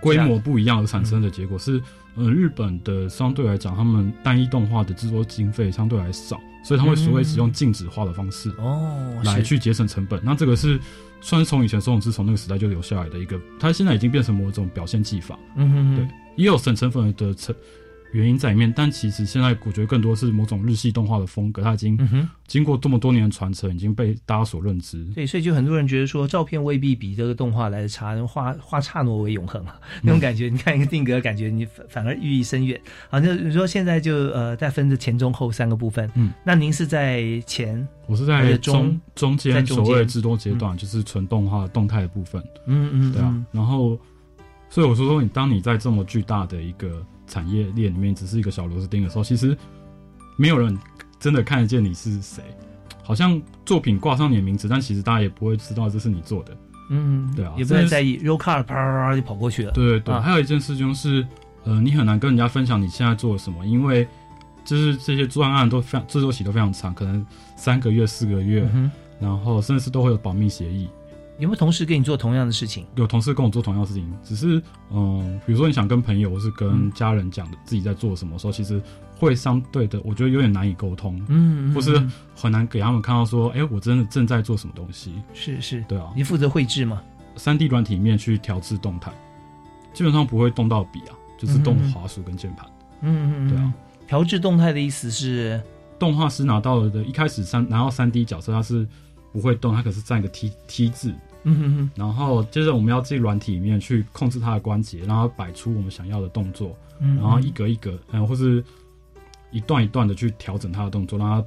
E: 规模不一样而产生
D: 啊
E: 的结果是，呃日本的相对来讲，他们单一动画的制作经费相对来少，所以他会所谓使用静止化的方式
D: 嗯哦
E: 来
D: 是
E: 去节省成本。那这个是算是从以前松永志从那个时代就留下来的一个，它现在已经变成某种表现技法。
D: 嗯哼
E: 对
D: 哼，
E: 也有省成本的成原因在里面，但其实现在我觉得更多是某种日系动画的风格，它已经
D: 嗯哼
E: 经过这么多年的传承，已经被大家所认知。
D: 对，所以就很多人觉得说，照片未必比这个动画来的差，画画差挪为永恒啊，那
E: 嗯
D: 种感觉。你看一个定格，感觉你反反而寓意深远。好，那你说现在就呃，再分着前中后三个部分。
E: 嗯，
D: 那您是在前，
E: 我是
D: 还
E: 在
D: 是中
E: 中中
D: 在
E: 间
D: 中
E: 所谓的
D: 间
E: 制作阶段，就是纯动画动态的部分。
D: 嗯嗯
E: 对啊
D: 嗯。
E: 然后，所以我说说你，当你在这么巨大的一个产业链里面，只是一个小螺丝钉的时候，其实没有人真的看得见你是谁。好像作品挂上你的名字，但其实大家也不会知道这是你做的。
D: 嗯，
E: 对啊
D: 也不太
E: 这是
D: 在意。roll car 啪啪啊啪就跑过去了。
E: 对对对，
D: 啊
E: 还有一件事就是，呃，你很难跟人家分享你现在做了什么，因为就是这些专案都非常制作期都非常长，可能三个月、四个月，
D: 嗯
E: 然后甚至都会有保密协议。
D: 有没有同事跟你做同样的事情？
E: 有同事跟我做同样的事情，只是嗯，比如说你想跟朋友或是跟家人讲的自己在做什么的时候，其实会相对的，我觉得有点难以沟通，
D: 嗯嗯
E: 或是
D: 嗯
E: 很难给他们看到说，哎、我真的正在做什么东西。
D: 是是，
E: 对啊，
D: 你负责绘制嘛？
E: 三 D 软体里面去调制动态，基本上不会动到笔啊，就是动
D: 嗯嗯嗯
E: 滑鼠跟键盘。
D: 嗯嗯嗯，
E: 对啊。
D: 调制动态的意思是，
E: 动画师拿到的，一开始三拿到三 D 角色，他是不会动，他可是占一个 T T 字，
D: 嗯哼哼，
E: 然后接着我们要进软体里面去控制它的关节，让它摆出我们想要的动作，
D: 嗯
E: 然后一格一格，嗯，或是一段一段的去调整它的动作，让它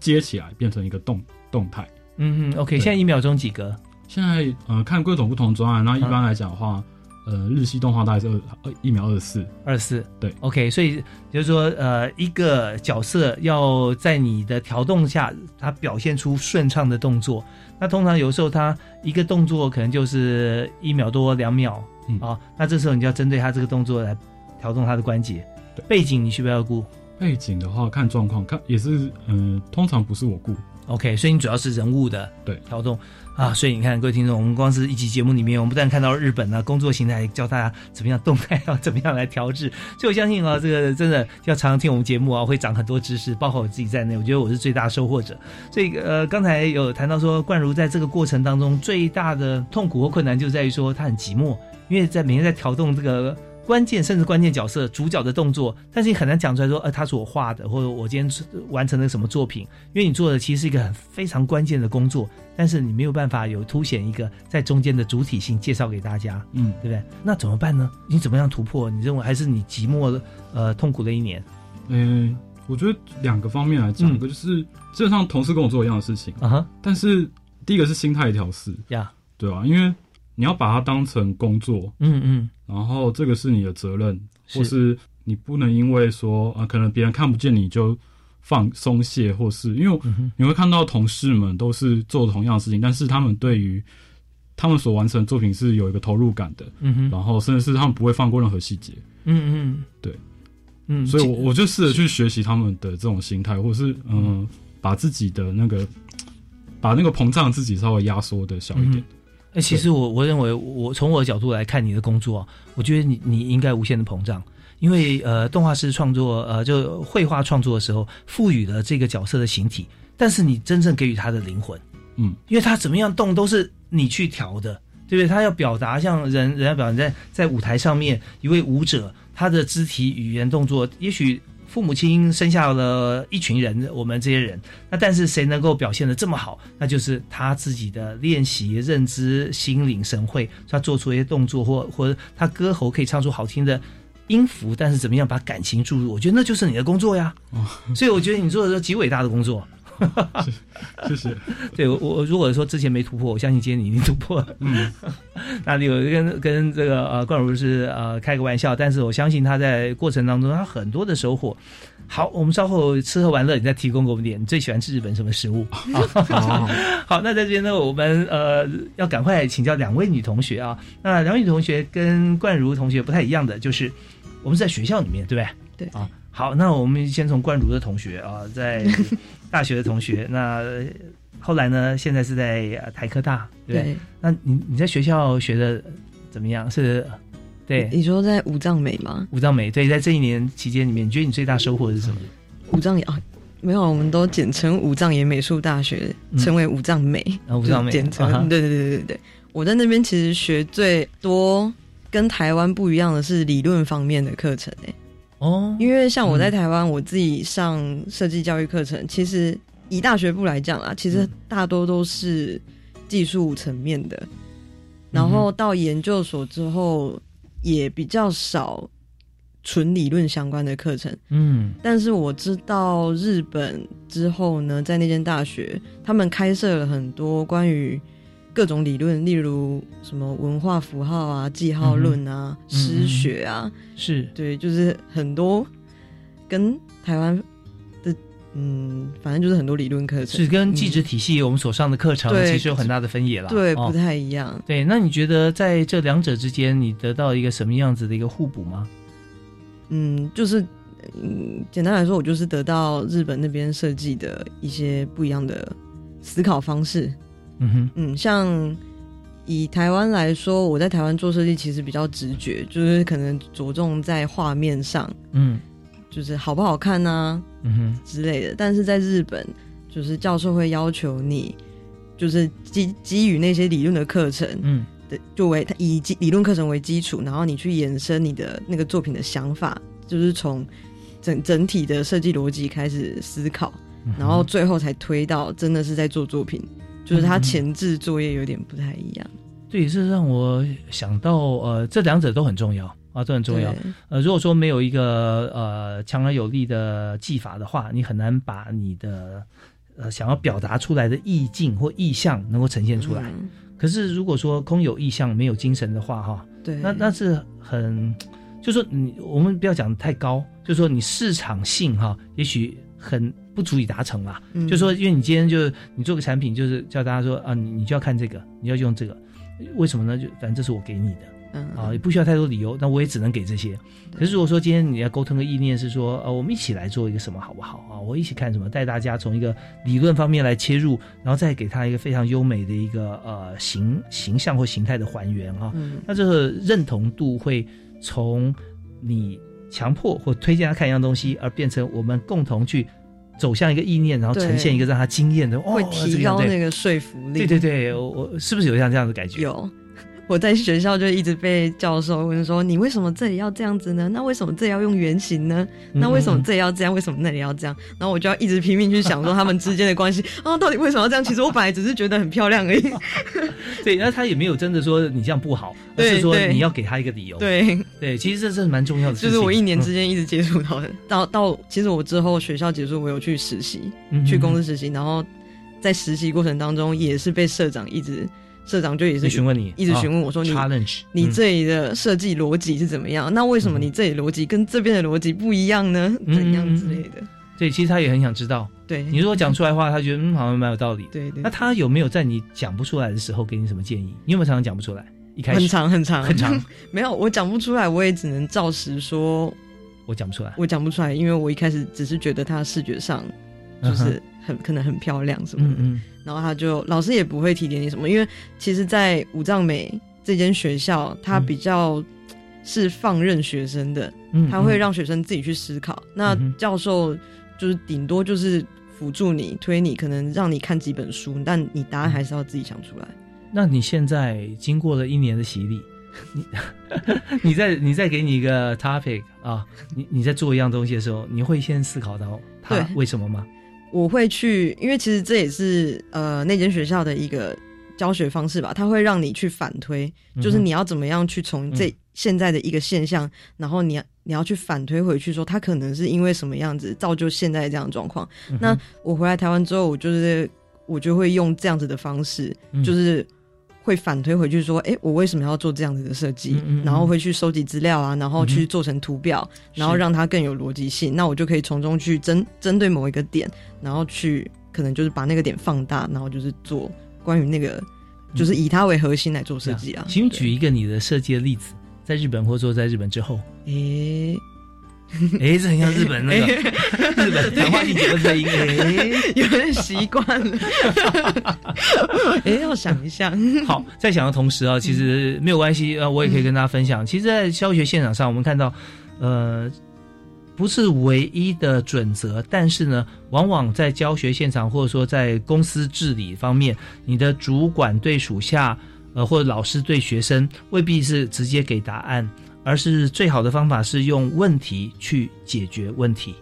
E: 接起来变成一个动动态。
D: 嗯嗯，OK，
E: 对
D: 现在一秒钟几格？
E: 现在呃，看各种不同专案，那一般来讲的话，呃，日系动画大概是二二一秒二十四，
D: 二四
E: 对
D: ，OK，所以就是说，呃，一个角色要在你的调动下，他表现出顺畅的动作。那通常有时候他一个动作可能就是一秒多两秒、
E: 嗯
D: 啊，那这时候你就要针对他这个动作来调动他的关节。背景你需不需要顾
E: 背景的话看状况，看也是嗯、呃通常不是我顾，
D: ？OK，所以你主要是人物的
E: 对
D: 调动啊。所以你看，各位听众，我们光是一集节目里面，我们不但看到日本啊工作形态，教大家怎么样动态，要怎么样来调制。 所以我相信啊，这个真的要常常听我们节目啊，会长很多知识，包括我自己在内，我觉得我是最大收获者。所以呃，刚才有谈到说，冠如在这个过程当中最大的痛苦和困难就在于说他很寂寞，因为在每天在调动这个。关键甚至关键角色主角的动作，但是你很难讲出来说，呃，他是我画的，或者我今天完成了什么作品，因为你做的其实是一个很非常关键的工作，但是你没有办法有凸显一个在中间的主体性介绍给大家。
E: 嗯，
D: 对不对？那怎么办呢？你怎么样突破？你认为还是你寂寞了，呃，痛苦了一年？
E: 嗯、我觉得两个方面来讲，
D: 嗯
E: 一个就是基本上同事跟我做一样的事情，
D: 啊哈
E: 但是第一个是心态调试，
D: 呀，
E: 对吧、因为你要把它当成工作，
D: 嗯嗯，
E: 然后这个是你的责任，
D: 是
E: 或是你不能因为说啊、呃可能别人看不见你就放松懈，或是因
D: 嗯
E: 为你会看到同事们都是做同样的事情，但是他们对于他们所完成的作品是有一个投入感的，
D: 嗯哼
E: 然后甚至是他们不会放过任何细节，
D: 嗯嗯，
E: 对，
D: 嗯，
E: 所以我
D: 其
E: 我就试着去学习他们的这种心态，或者是嗯，把自己的那个把那个膨胀自己稍微压缩的小一点。
D: 哎，其实我我认为，我从我的角度来看你的工作，啊我觉得你你应该无限的膨胀，因为呃，动画师创作呃，就绘画创作的时候，赋予了这个角色的形体，但是你真正给予他的灵魂，
E: 嗯，
D: 因为他怎么样动都是你去调的，对不对？他要表达像人人家表达在在舞台上面一位舞者，他的肢体语言动作，也许父母亲生下了一群人，我们这些人，那但是谁能够表现的这么好？那就是他自己的练习、认知、心领神会，他做出一些动作或或者他歌喉可以唱出好听的。音符，但是怎么样把感情注入？我觉得那就是你的工作呀。所以我觉得你做的是极伟大的工作。嗯
E: 谢谢。
D: 对我我如果说之前没突破，我相信今天你一定突破了。
E: 嗯，
D: 那有跟跟这个呃冠如是呃开个玩笑，但是我相信他在过程当中他很多的收获。好，我们稍后吃喝玩乐，你再提供给我们点你最喜欢吃日本什么食物。 好，好，那在这边呢，我们呃要赶快请教两位女同学啊。那两位女同学跟冠如同学不太一样的，就是我们是在学校里面，对不对？
F: 对
D: 啊，好，那我们先从冠如的同学啊，在大学的同学，那呃后来呢，现在是在呃台科大，对不对？
F: 对
D: 那你你在学校学的怎么样？是，对，
F: 你说在五藏美吗？
D: 五藏美，对，在这一年期间里面，你觉得你最大收获是什么？
F: 五藏也啊，没有，我们都简称五藏野美术大学，
D: 嗯
F: 称为五藏美，
D: 啊武藏美
F: 嗯就是简称
D: 啊哈。
F: 对对对对对对，我在那边其实学最多跟台湾不一样的是理论方面的课程欸诶、
D: 哦，
F: 因为像我在
D: 嗯
F: 台湾，我自己上设计教育课程，其实以大学部来讲啊，其实大多都是技术层面的，然后到研究所之后也比较少纯理论相关的课程。
D: 嗯
F: 但是我知道日本之后呢，在那间大学，他们开设了很多关于各种理论，例如什么文化符号啊、记号论
D: 嗯
F: 啊、
D: 哼
F: 诗学啊，
D: 是
F: 对，就是很多跟台湾的嗯，反正就是很多理论课程
D: 是跟
F: 嗯
D: 技职体系我们所上的课程
F: 对
D: 其实有很大的分野了，
F: 嗯对
D: 哦
F: 不太一样。
D: 对，那你觉得在这两者之间，你得到一个什么样子的一个互补吗？
F: 嗯，就是嗯，简单来说，我就是得到日本那边设计的一些不一样的思考方式。
D: 嗯哼，
F: 嗯，像以台湾来说，我在台湾做设计其实比较直觉，就是可能着重在画面上，
D: 嗯
F: 就是好不好看啊
D: 嗯哼，
F: 之类的。但是在日本，就是教授会要求你，就是基基于那些理论的课程，
D: 嗯
F: 的就为以基理论课程为基础，然后你去延伸你的那个作品的想法，就是从整整体的设计逻辑开始思考，
D: 嗯哼
F: 然后最后才推到真的是在做作品，就
D: 嗯
F: 是它前置作业有点不太一样。
D: 对，这让我想到呃，这两者都很重要啊，都很重要
F: 对。
D: 呃，如果说没有一个呃强而有力的技法的话，你很难把你的呃想要表达出来的意境或意象能够呈现出来。
F: 嗯
D: 可是如果说空有意象没有精神的话，哈，
F: 对，
D: 那那是很，就说你我们不要讲太高，就说你市场性哈，也许很不足以达成啦。
F: 嗯
D: 就说因为你今天就是你做个产品，就是叫大家说啊，你你就要看这个，你要用这个，为什么呢？就反正这是我给你的
F: 嗯
D: 啊，也不需要太多理由，那我也只能给这些。可是如果说今天你要沟通个意念是说，呃，我们一起来做一个什么好不好啊？我一起看什么，带大家从一个理论方面来切入，然后再给他一个非常优美的一个呃形形象或形态的还原啊。
F: 嗯
D: 那这个认同度会从你强迫或推荐他看一样东西，而变成我们共同去走向一个意念，然后呈现一个让他惊艳的，哦，
F: 会
D: 这
F: 提
D: 样
F: 高
D: 对
F: 那个说服力。
D: 对对对，我我是不是有像这样的感觉？
F: 有。 我在学校就一直被教授问说：“你为什么这里要这样子呢？那为什么这里要用圆形呢？那为
D: 嗯
F: 什么这里要这样？为什么那里要这样？”然后我就要一直拼命去想说他们之间的关系 啊，到底为什么要这样？其实我本来只是觉得很漂亮而已。
D: 对，那他也没有真的说你这样不好，而是
F: 对
D: 说
F: 对
D: 你要给他一个理由。
F: 对，
D: 对，其实这是蛮重要的事
F: 就
D: 情。
F: 是我一年
D: 嗯
F: 之间一直接触到的， 到到其实我之后学校结束，我有去实习，
D: 嗯哼
F: 去公司实习，然后在实习过程当中也是被社长一直。社长就也
D: 一
F: 是
D: 直询问你
F: 一直询问
D: 啊
F: 我说你、
D: challenge，
F: 你
D: 嗯
F: 这里的设计逻辑是怎么样？那为什么你这里逻辑跟这边的逻辑不一样呢？
D: 嗯
F: 怎样之类的？
D: 对，其实他也很想知道。
F: 对
D: 你如果讲出来的话，他觉得嗯好像蛮有道理。
F: 对对
D: 那他有没有在你讲不出来的时候给你什么建议？你有没有常常讲不出来？一开始
F: 很长很长
D: 很长，
F: 没有我讲不出来，我也只能照实说，
D: 我讲不出来。
F: 我讲不出来，因为我一开始只是觉得它视觉上就是很、可能很漂亮什么的，
D: 嗯
F: 然后他就老师也不会提点你什么，因为其实，在五藏美这间学校，它
D: 嗯
F: 比较是放任学生的，
D: 嗯
F: 他会
D: 嗯
F: 让学生自己去思考。那
D: 嗯哼
F: 教授就是顶多就是辅助你推你，可能让你看几本书，但你答案还是要自己想出来。
D: 那你现在经过了一年的洗礼， 你你再你再给你一个 topic 啊，你你在做一样东西的时候，你会先思考到它
F: 对
D: 为什么吗？
F: 我会去，因为其实这也是呃那间学校的一个教学方式吧，它会让你去反推，
D: 嗯哼
F: 就是你要怎么样去从这
D: 嗯
F: 现在的一个现象，然后你要你要去反推回去说，他可能是因为什么样子造就现在这样的状况。
D: 嗯哼
F: 那我回来台湾之后，我就是我就会用这样子的方式，
D: 嗯
F: 就是会反推回去说，哎、我为什么要做这样子的设计？
D: 嗯嗯嗯
F: 然后会去收集资料啊，然后
D: 嗯
F: 去
D: 哼
F: 做成图表，
D: 是
F: 然后让它更有逻辑性。那我就可以从中去针针对某一个点，然后去可能就是把那个点放大，然后就是做关于那个。就是以它为核心来做设计啊。
D: 嗯请举一个你的设计的例子，在日本或者说在日本 之后。
F: 诶、
D: 诶，这很像日本那个日本谈话性节目的音。诶，
F: 有点习惯 了。哎、要想一想。
D: 好，在想的同时啊，其实没有关系，呃，我也可以跟大家分享。其实，在教学现场上，我们看到，呃，不是唯一的准则，但是呢，往往在教学现场或者说在公司治理方面，你的主管对属下，呃，或者老师对学生，未必是直接给答案，而是最好的方法是用问题去解决问题。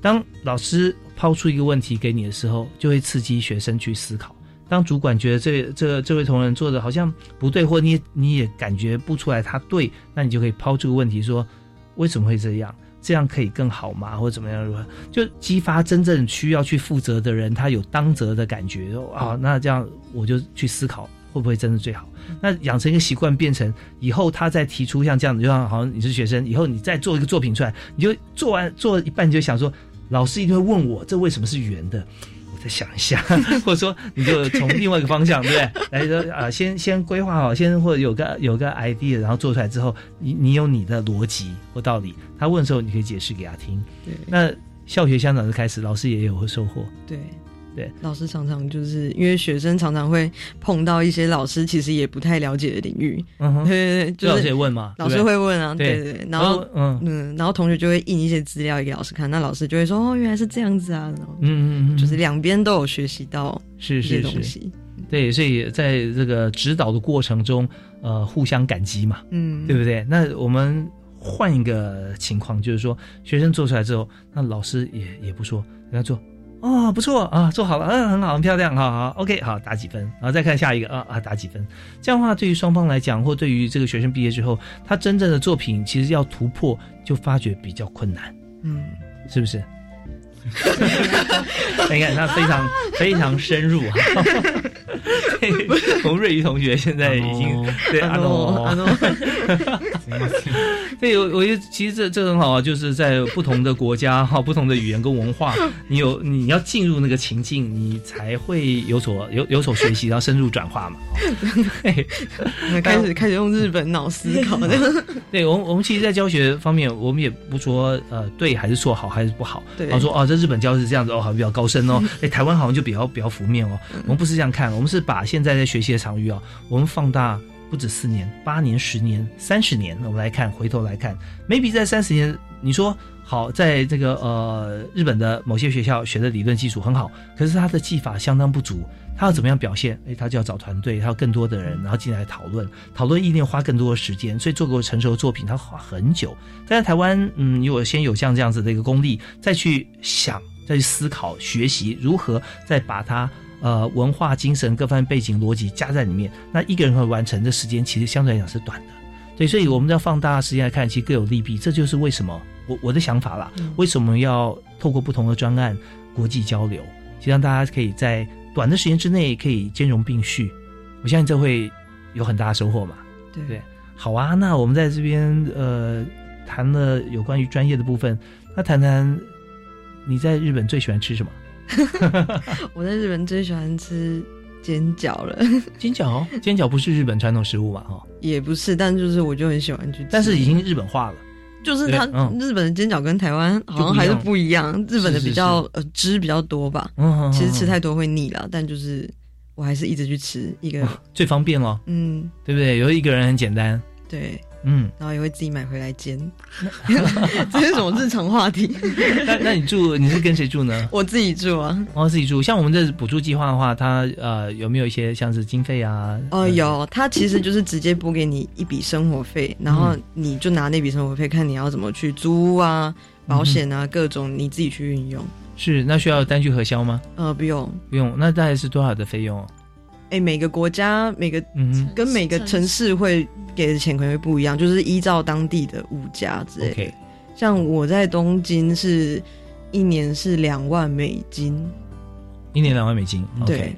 D: 当老师抛出一个问题给你的时候，就会刺激学生去思考。当主管觉得这这这位同仁做的好像不对，或你也你也感觉不出来他对，那你就可以抛这个问题说，为什么会这样？这样可以更好吗？或者怎么样？如何就激发真正需要去负责的人，他有当责的感觉哦啊，那这样我就去思考会不会真的最好。那养成一个习惯，变成以后他再提出像这样的，就像好像你是学生，以后你再做一个作品出来，你就做完做一半，你就想说，老师一定会问我这为什么是圆的。我再想一下， 或者说你就从另外一个方向，对不 对？来说啊、先先规划好，先或者有个有个 idea，然后做出来之后，你你有你的逻辑或道理。他问的时候，你可以解释给他听。
F: 对
D: 那校学相长就开始，老师也有收获。
F: 对
D: 对，
F: 老师常常就是因为学生常常会碰到一些老师其实也不太了解的领域，
D: 嗯哼
F: 对对对，就是
D: 老师也问嘛
F: 老师
D: 对不对
F: 会问啊，
D: 对
F: 对对对，然后
D: 嗯
F: 嗯，然后同学就会印一些资料给老师看，那老师就会说哦，原来是这样子啊，然后
D: 嗯嗯嗯，
F: 就是两边都有学习到
D: 是
F: 一些
D: 是
F: 东
D: 是
F: 西，，
D: 对，所以在这个指导的过程中，呃，互相感激嘛，
F: 嗯
D: 对不对？那我们换一个情况，就是说学生做出来之后，那老师也也不说，跟他做。哦，不错啊，做好了，嗯，很好，很漂亮，好好，OK，好，打几分，然后再看下一个，啊啊，打几分。这样的话，对于双方来讲，或对于这个学生毕业之后，他真正的作品其实要突破，就发觉比较困难。
F: 嗯，
D: 是不是？你看他非常非常深入啊！对我们瑞宇同学现在已经对阿诺
F: 阿诺 阿诺
D: 对，我我觉得其实这这很好啊，就是在不同的国家哈、不同的语言跟文 化，你有你要进入那个情境，你才会有所有有所学习，然后深入转化嘛。
F: 开始开始用日本脑思考的，
D: 对我们，我们其实，在教学方面，我们也不说呃对还是错，好还是不好。
F: 对
D: 然后说哦，在日本教是这样子哦，好像比较高深哦，哎，台湾好像就比较比较浮面哦。我们不是这样看，我们是把现在在学习的场域啊、我们放大不止四年、八年、十年、三十年，我们来看，回头来看，maybe 在三十年，你说好，在这个呃日本的某些学校学的理论基础很好，可是他的技法相当不足，他要怎么样表现？哎，他就要找团队，他要更多的人，然后进来讨论，讨论一定花更多的时间，所以做个成熟的作品，他花很久。但在台湾，嗯，如果先有像这样子的一个功力，再去想，再去思考、学习如何再把它。呃，文化精神各方面背景逻辑加在里面，那一个人会完成的时间其实相对来讲是短的。对，所以我们要放大时间来看，其实各有利弊，这就是为什么我我的想法啦。为什么要透过不同的专案国际交流，其实让大家可以在短的时间之内可以兼容并蓄，我相信这会有很大的收获嘛。
F: 对
D: 对，好啊，那我们在这边呃谈了有关于专业的部分，那谈谈你在日本最喜欢吃什么？
F: 我在日本最喜欢吃煎饺了，
D: 煎饺，煎哦饺不是日本传统食物嘛？哦哈、
F: 也不是，但就是我就很喜欢去吃，
D: 但是已经日本化了。
F: 就是它
D: 对嗯
F: 日本的煎饺跟台湾好像还是不一样，
D: 就不一样
F: 日本的比较
D: 是
F: 呃汁比较多吧。
D: 嗯
F: 其 实吃太多会腻了，但就是我还是一直去吃一个，
D: 最方便了，
F: 嗯，
D: 对不对？有一个人很简单，
F: 对，
D: 嗯。
F: 然后也会自己买回来煎。 这是什么日常话题？
D: 那那你住你是跟谁住呢？
F: 我自己住啊，
D: 哦，自己住。像我们这补助计划的话，它呃有没有一些像是经费啊？
M: 呃
F: 哦，有，它其实就是直接拨给你一笔生活费，然后你就拿那笔生活费看你要怎么去租屋啊、保险啊、各种你自己去运用。
D: 是那需要单据核销吗？
F: 呃，不用，
D: 不用。那大概是多少的费用？
F: 哎，每个国家每个
D: 嗯哼
F: 跟每个城市会给的钱可能会不一样，就是依照当地的物价之类的。
D: OK
F: 像我在东京是一年是两万美金，
D: 一年两万美金。
F: 对，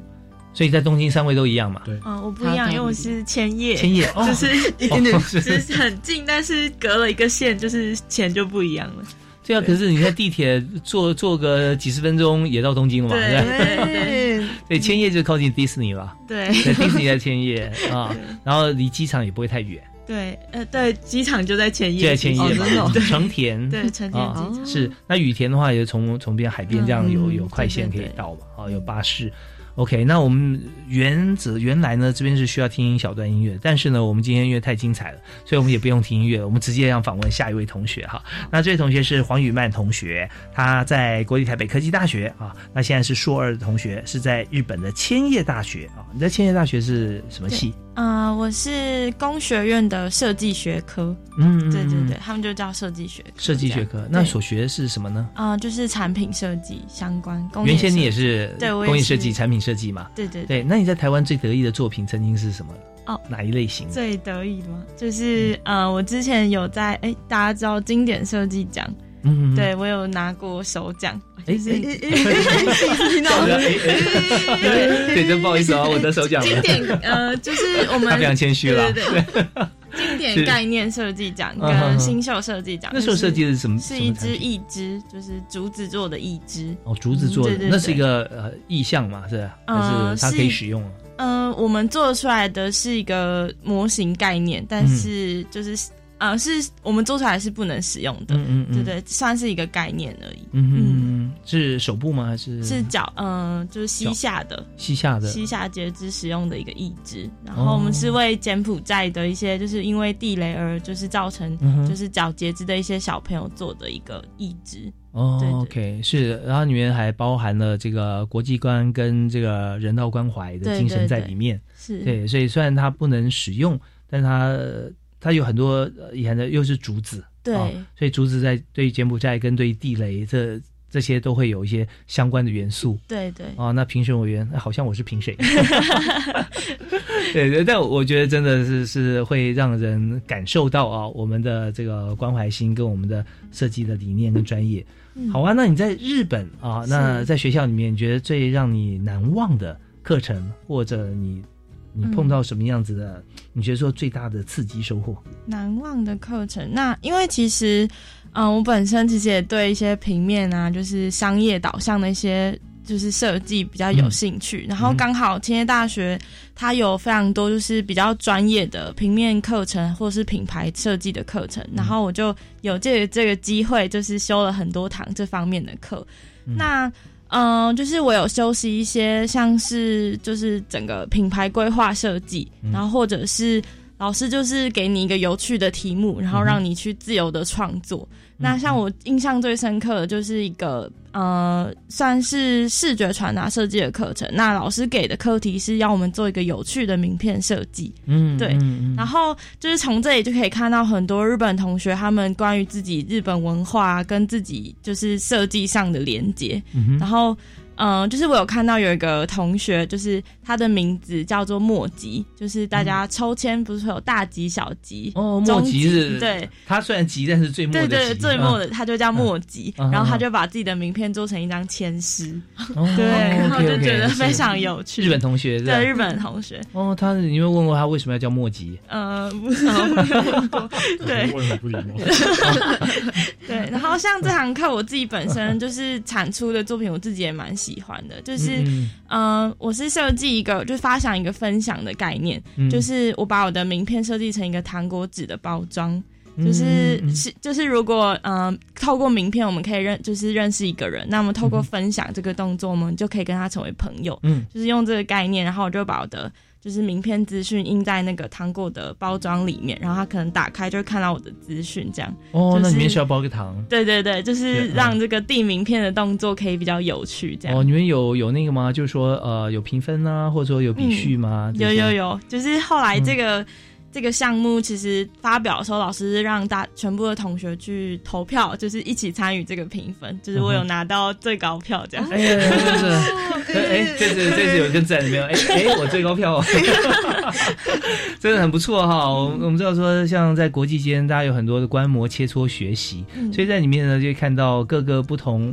D: 所以在东京三位都一样嘛？对，
M: 啊、我不一样，因为我是千叶，
D: 千叶哦
M: 就是
D: 一点点
M: 哦
D: 是
M: 就是很近，但是隔了一个县，就是钱就不一样了。
D: 对啊。
M: 对
D: 可是你在地铁坐坐个几十分钟也到东京了嘛？
M: 对
D: 对吧，
M: 对
D: 对，千叶就靠近迪士尼了。
M: 对
D: 迪士尼在千叶 啊，然后离机场也不会太远，
M: 对，呃，对，机场就在千叶，
D: 就在千叶嘛
M: 哦真的哦，
D: 嗯成田
M: 对成田机
D: 啊
M: 场
D: 是。那羽田的话，也从从边海边这样
M: 嗯
D: 有
M: 嗯
D: 有快线可
M: 对对
D: 以到嘛？啊，有巴士。OK，那我们原则原来呢，这边是需要听一小段音乐，但是呢，我们今天音乐太精彩了，所以我们也不用听音乐，我们直接让访问下一位同学哈。那这位同学是黄宇曼同学，他在国立台北科技大学啊，那现在是硕二的同学，是在日本的千叶大学啊。你在千叶大学是什么系？
A: 啊、我是工学院的设计学科，
D: 嗯
A: 对对对，他们就叫设计学科
D: 设计学科
A: 这样。
D: 那
A: 对
D: 所学的是什么呢？
A: 啊、就是产品设计相关。工业
D: 原先你也
A: 设计
D: 是
A: 对，我也
D: 工业设计、
A: 是
D: 产品设计嘛？
A: 对对
D: 对。那你在台湾最得意的作品曾经是什么？
A: 哦
D: 哪一类型？
A: 最得意的吗？就是呃，我之前有在哎，大家知道经典设计奖，
D: 嗯嗯嗯
A: 对我有拿过首奖，就是
M: 听到了
D: 对，真不好意思哦，我得手奖了。
A: 经典呃，就是我 们
D: 他非常谦虚了
A: 对对对， 经典概念设计奖跟新秀设计奖。
D: 嗯那时候设计的是什么
A: 是一
D: 什么
A: 只一只，就是竹子做的一只。
D: 哦，竹子做的，
A: 嗯对对对
D: 那是一个呃意象嘛，是吧？
A: 呃
D: 还是它可以使用啊？
A: 嗯、我们做出来的是一个模型概念，但是就是、呃，是我们做出来是不能使用的，
D: 嗯嗯嗯
A: 对对，算是一个概念而已。
D: 嗯哼嗯，是手部吗？还是
A: 是脚，嗯、就是西夏的
D: 西夏的
A: 西夏截肢使用的一个义肢。然后我们
D: 哦
A: 是为柬埔寨的一些，就是因为地雷而就是造成
D: 嗯哼
A: 就是脚截肢的一些小朋友做的一个义肢。
D: 哦
A: 对对
D: o k 是，然后里面还包含了这个国际观跟这个人道关怀的
A: 对
D: 精神
A: 对
D: 在
A: 对
D: 里面。
A: 是
D: 对，所以虽然它不能使用，但它它有很多呃以前的又是竹子，
A: 对
D: 啊所以竹子在对于柬埔寨跟对于地雷这这些都会有一些相关的元素。
A: 对对
D: 啊，那评审委员、哎好像我是 评审，对对，但我觉得真的是是会让人感受到啊，我们的这个关怀心跟我们的设计的理念跟专业。
A: 嗯
D: 好啊，那你在日本啊，那
A: 是
D: 在学校里面，你觉得最让你难忘的课程，或者你你
A: 嗯
D: 碰到什么样子的，你觉得说最大的刺激收获？
A: 难忘的课程。那因为其实，嗯、我本身其实也对一些平面啊，就是商业导向的一些就是设计比较
D: 嗯
A: 有兴趣。然后刚好千叶大学它有非常多就是比较专业的平面课程或是品牌设计的课程，
D: 嗯
A: 然后我就有这个这个机会，就是修了很多堂这方面的课。那嗯、呃就是我有休息一些，像是就是整个品牌规划设计，
N: 嗯
A: 然后或者是老师就是给你一个有趣的题目，然后让你去自由的创作。那像我印象最深刻的就是一个呃，算是视觉传达设计的课程。那老师给的课题是要我们做一个有趣的名片设计，
D: 嗯
A: 对，
D: 嗯嗯
A: 然后就是从这里就可以看到很多日本同学他们关于自己日本文化、啊、跟自己就是设计上的连接。
D: 嗯哼
A: 然后，嗯、就是我有看到有一个同学，就是他的名字叫做莫吉，就是大家抽签不是会有大吉、小吉
D: 嗯
A: 哦
D: 莫吉是，
A: 对。，
D: 他虽然急，但是最末的
A: 对
D: 急，
A: 对，最末的
D: 嗯
A: 他就叫莫吉，
D: 嗯嗯
A: 然后他
D: 嗯
A: 就把自己的名片做成一张签诗，
D: 哦
A: 对，然后就
D: OK，OK，
A: 觉得
D: 是
A: 非常有趣。
D: 日本同学是吧
A: 对日本同学，
D: 哦，他你有没有问过他为什么要叫莫吉？
A: 呃，不是，我没有 问过， 对，
D: 问很不礼 貌
A: 对，然后像这堂课，我自己本身就是产出的作品，我自己也蛮喜欢的。就是，
D: 嗯
A: 嗯、我是设计一个，就发想一个分享的概念，
D: 嗯
A: 就是我把我的名片设计成一个糖果纸的包装。
D: 嗯
A: 就是
D: 嗯
A: 是就是，如果嗯、呃透过名片我们可以认，就是认识一个人，那么透过
D: 嗯哼
A: 分享这个动作，我们就可以跟他成为朋友。
D: 嗯
A: 就是用这个概念，然后我就把我的就是名片资讯印在那个糖果的包装里面，然后他可能打开就会看到我的资讯，这样。
D: 哦，
A: 就是
D: 那里面需要包个糖。
A: 对对对，就是
D: 对嗯
A: 让这个递名片的动作可以比较有趣，这样。
D: 哦，你们有有那个吗？就是说，呃，有评分啊，或者说有比序吗？
A: 嗯
D: 这
A: 有
D: 些嗯
A: 有有，就是后来这个、这个项目其实发表的时候，老师让大全部的同学去投票，就是一起参与这个评
D: 嗯
A: 分，就是我有拿到最高票这样。
D: 哎呀，真的，哎，这次这次有一个赞没有？哎哎，我最高票哦， 真的很不错哈。我我们知道说，像在国际间，大家有很多的观摩、切磋、学习，
A: 嗯
D: 所以在里面呢，就会看到各个不同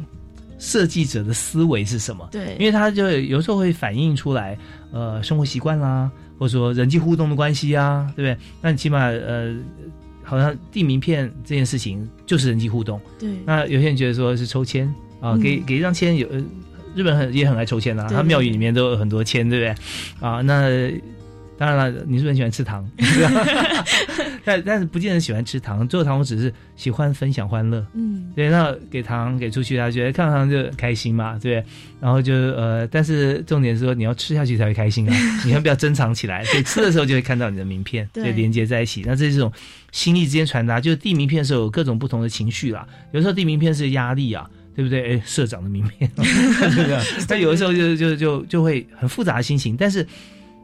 D: 设计者的思维是什么。
A: 对
D: 因为它就有时候会反映出来，呃，生活习惯啦，或者说人际互动的关系啊，对不对？那你起码呃，好像递名片这件事情就是人际互动。
A: 对
D: 那有些人觉得说是抽签啊，
A: 嗯
D: 给给一张签有，呃日本很也很爱抽签啦、
A: 对
D: 他庙宇里面都有很多签，对不对？啊，那当然了，你是不是很喜欢吃糖？ 但但是不见得喜欢吃糖，做糖我只是喜欢分享欢乐。
A: 嗯，
D: 对，那给糖给出去，他觉得看到糖就很开心嘛，对不对？然后就呃，但是重点是说你要吃下去才会开心啊， 你要不要珍藏起来？所以吃的时候就会看到你的名片，
A: 对
D: 对，连接在一起。那这是一种心意之间传达，就是递名片的时候有各种不同的情绪啦，有时候递名片是压力啊。对不对？哎，社长的名片， 是不是？那有的时候就就就就会很复杂的心情，但是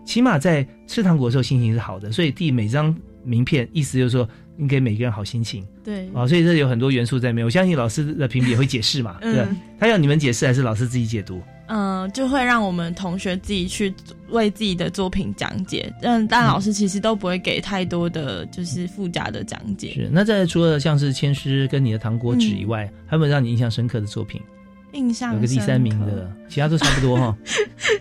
D: 起码在吃糖果的时候心情是好的，所以递每张名片，意思就是说你给每个人好心情。
A: 对
D: 啊，所以这有很多元素在里面。我相信老师的评比也会解释嘛，
A: 嗯
D: 对吧，他要你们解释还是老师自己解读？
A: 嗯、就会让我们同学自己去为自己的作品讲解，嗯，但老师其实都不会给太多的就是附加的讲解。
D: 是。那在除了像是签诗跟你的糖果纸以外，还有没有让你印象深刻的作品？
A: 嗯印象
D: 有个第三名
A: 深刻
D: 的，其他都差不多 哈。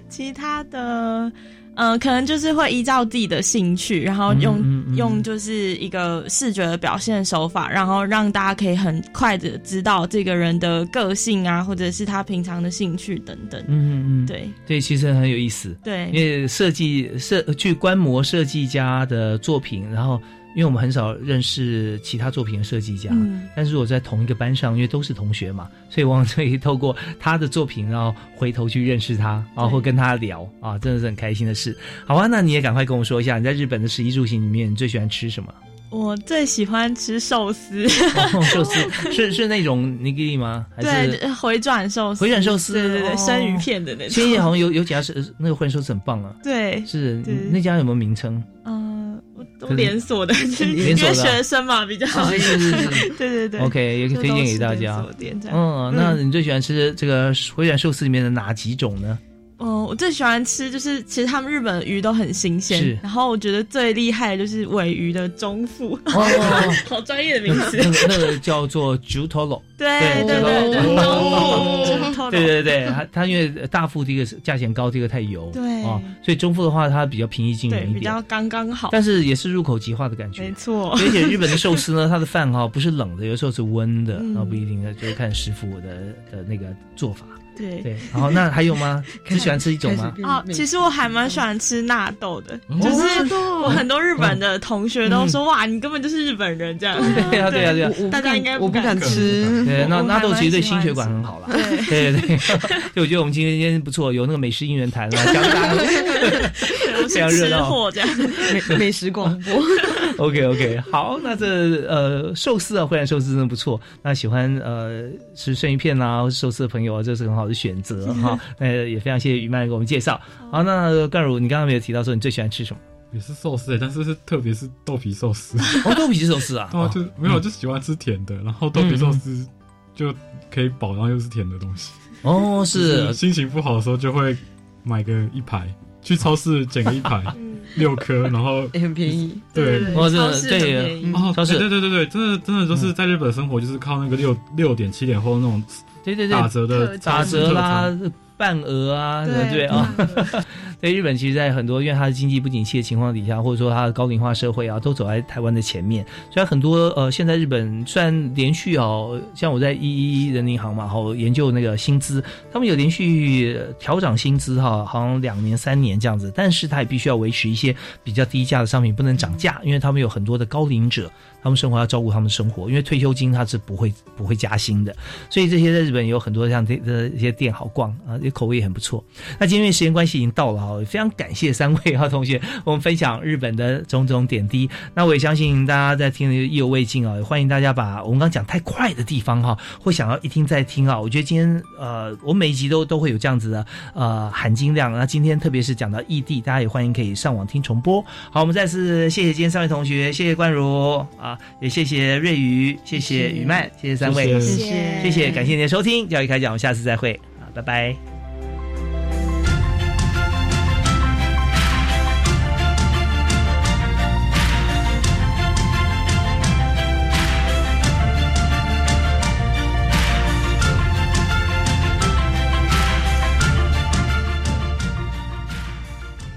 A: 其他的，呃，可能就是会依照自己的兴趣，然后用、
D: 嗯嗯嗯
A: 用就是一个视觉的表现手法，然后让大家可以很快的知道这个人的个性啊，或者是他平常的兴趣等等。
D: 嗯嗯嗯，
A: 对
D: 对，其实很有意思。
A: 对
D: 因为设计设去观摩设计家的作品，然后因为我们很少认识其他作品的设计家，
A: 嗯
D: 但是我在同一个班上，因为都是同学嘛， 所以往往可以透过他的作品，然后回头去认识他，然后跟他聊啊，真的是很开心的事。好啊，那你也赶快跟我说一下，你在日本的食衣住行里面，你最喜欢吃 什么？
A: 我最喜欢吃寿司，
D: 哦寿司是是那种 nigiri 吗？还
A: 对，
D: 是
A: 就是回转寿司，
D: 回转寿司
A: 对对对，
D: 哦
A: 生鱼片的那种。
D: 千叶好像有有几家是那个回转寿司很棒啊。
A: 对
D: 是
A: 对
D: 那家有没有名称？
A: 嗯，我都
D: 可是
A: 连锁的，
D: 连锁
A: 因为
D: 的啊
A: 学生嘛比 较
D: 哦
A: 好。
D: 是是是是
A: 对对对
D: OK，也可以
A: 就
D: 推
A: 都
D: 荐给
A: 是
D: 大
A: 连
D: 家
A: 锁店这。样
D: 嗯，那你最喜欢吃这个回转寿司里面的哪几种呢？
A: 嗯，我最喜欢吃就是，其实他们日本的鱼都很新
D: 是
A: 鲜，然后我觉得最厉害的就是尾鱼的中腹，
D: 哦
A: 好专业的
D: 那
A: 名
D: 个
A: 词。
D: 那个那个叫做 jutoro。
A: 对
D: 对哦
A: 对对对，中腹
D: 对对对，它它因为大腹第一个是价钱高，第一个太油，
A: 对
D: 哦，所以中腹的话它比较平易近
A: 对
D: 人一
A: 比较
D: 点，
A: 刚刚好，
D: 但是也是入口即化的感觉
A: 没。错，
D: 而且日本的寿司呢，它的饭哈、不是冷的，有时候是温的，
A: 嗯
D: 然后不一定的，就是看师傅的的那个做法。
A: 对
D: 对，好，那还有 吗？只喜欢吃一种吗？
A: 啊，其实我还蛮喜欢吃纳豆的，
D: 哦
A: 就是
F: 豆
A: 我很多日本的同学都说，哇，你根本就是日本人这样。
D: 嗯对啊对啊对啊
F: 我我不
A: 大家
F: 敢
A: 应该
F: 我不
A: 敢
F: 敢吃
D: 对，那
A: 我
D: 纳豆
A: 还蛮
D: 其实对
A: 喜欢
D: 心血管
A: 吃
D: 很好啦。对 对对， 就我觉得我们今天不错，有那个美食应援团啦，加入大家
A: 对，我
D: 非常
A: 是
D: 热
A: 吃
D: 闹。
A: 货这样。
F: 美美食广 播。
D: OK OK，好，那这呃寿司啊，回转寿司真的不错。那喜欢呃吃生鱼片啊，或是寿司的朋友啊，这是很好的选择啊 哈。那也非常谢谢于曼给我们介绍。好，那盖如，你刚刚没有提到说你最喜欢吃什么？
E: 也是寿司欸，但是是特别是豆皮寿司。
D: 哦，豆皮寿司啊，
E: 对啊，
D: 哦
E: 就是没有，就喜欢吃甜的，然后豆皮寿司就可以饱，然后又是甜的东西。
D: 哦 是
E: 就心情不好的时候就会买个一排，去超市捡个 一排，
A: 嗯
E: 六颗，然后
F: 也很便宜。
E: 对，
D: 哦这超市很对便宜
E: 哦，
D: 超市嗯
E: 对对对对，真的真的就是在日本生活，就是靠那个六六点七点后那种
D: 对对对，
E: 打折的
D: 打折啦，半额啊，
E: 对
D: 对不对啊？ 对日本，其实，在很多因为它的经济不景气的情况底下，或者说它的高龄化社会啊，都走在台湾的前面。所以很多呃，现在日本虽然连续哦，像我在一一人银行嘛，好研究那个薪资，他们有连续呃调整薪资哈、好像两年三年这样子，但是它也必须要维持一些比较低价的商品不能涨价，因为他们有很多的高龄者，他们生活要照顾他们生活，因为退休金它是不会不会加薪的。所以这些在日本有很多像这这些店好逛啊，有得口味也很不错。那今天因为时间关系已经到了哈，非常感谢三位哈同学，我们分享日本的种种点滴。那我也相信大家在听的意犹未尽啊，也欢迎大家把我们刚刚讲太快的地方哈，或想要一听再听啊。我觉得今天呃，我每一集都都会有这样子的呃含金量。那今天特别是讲到异地，大家也欢迎可以上网听重播。好，我们再次谢谢今天三位同学，谢谢冠如啊，也谢谢瑞宇，谢谢雨曼，谢谢三位，
E: 谢谢
D: 谢谢，感谢您的收听，教育开讲，我们下次再会啊，拜拜。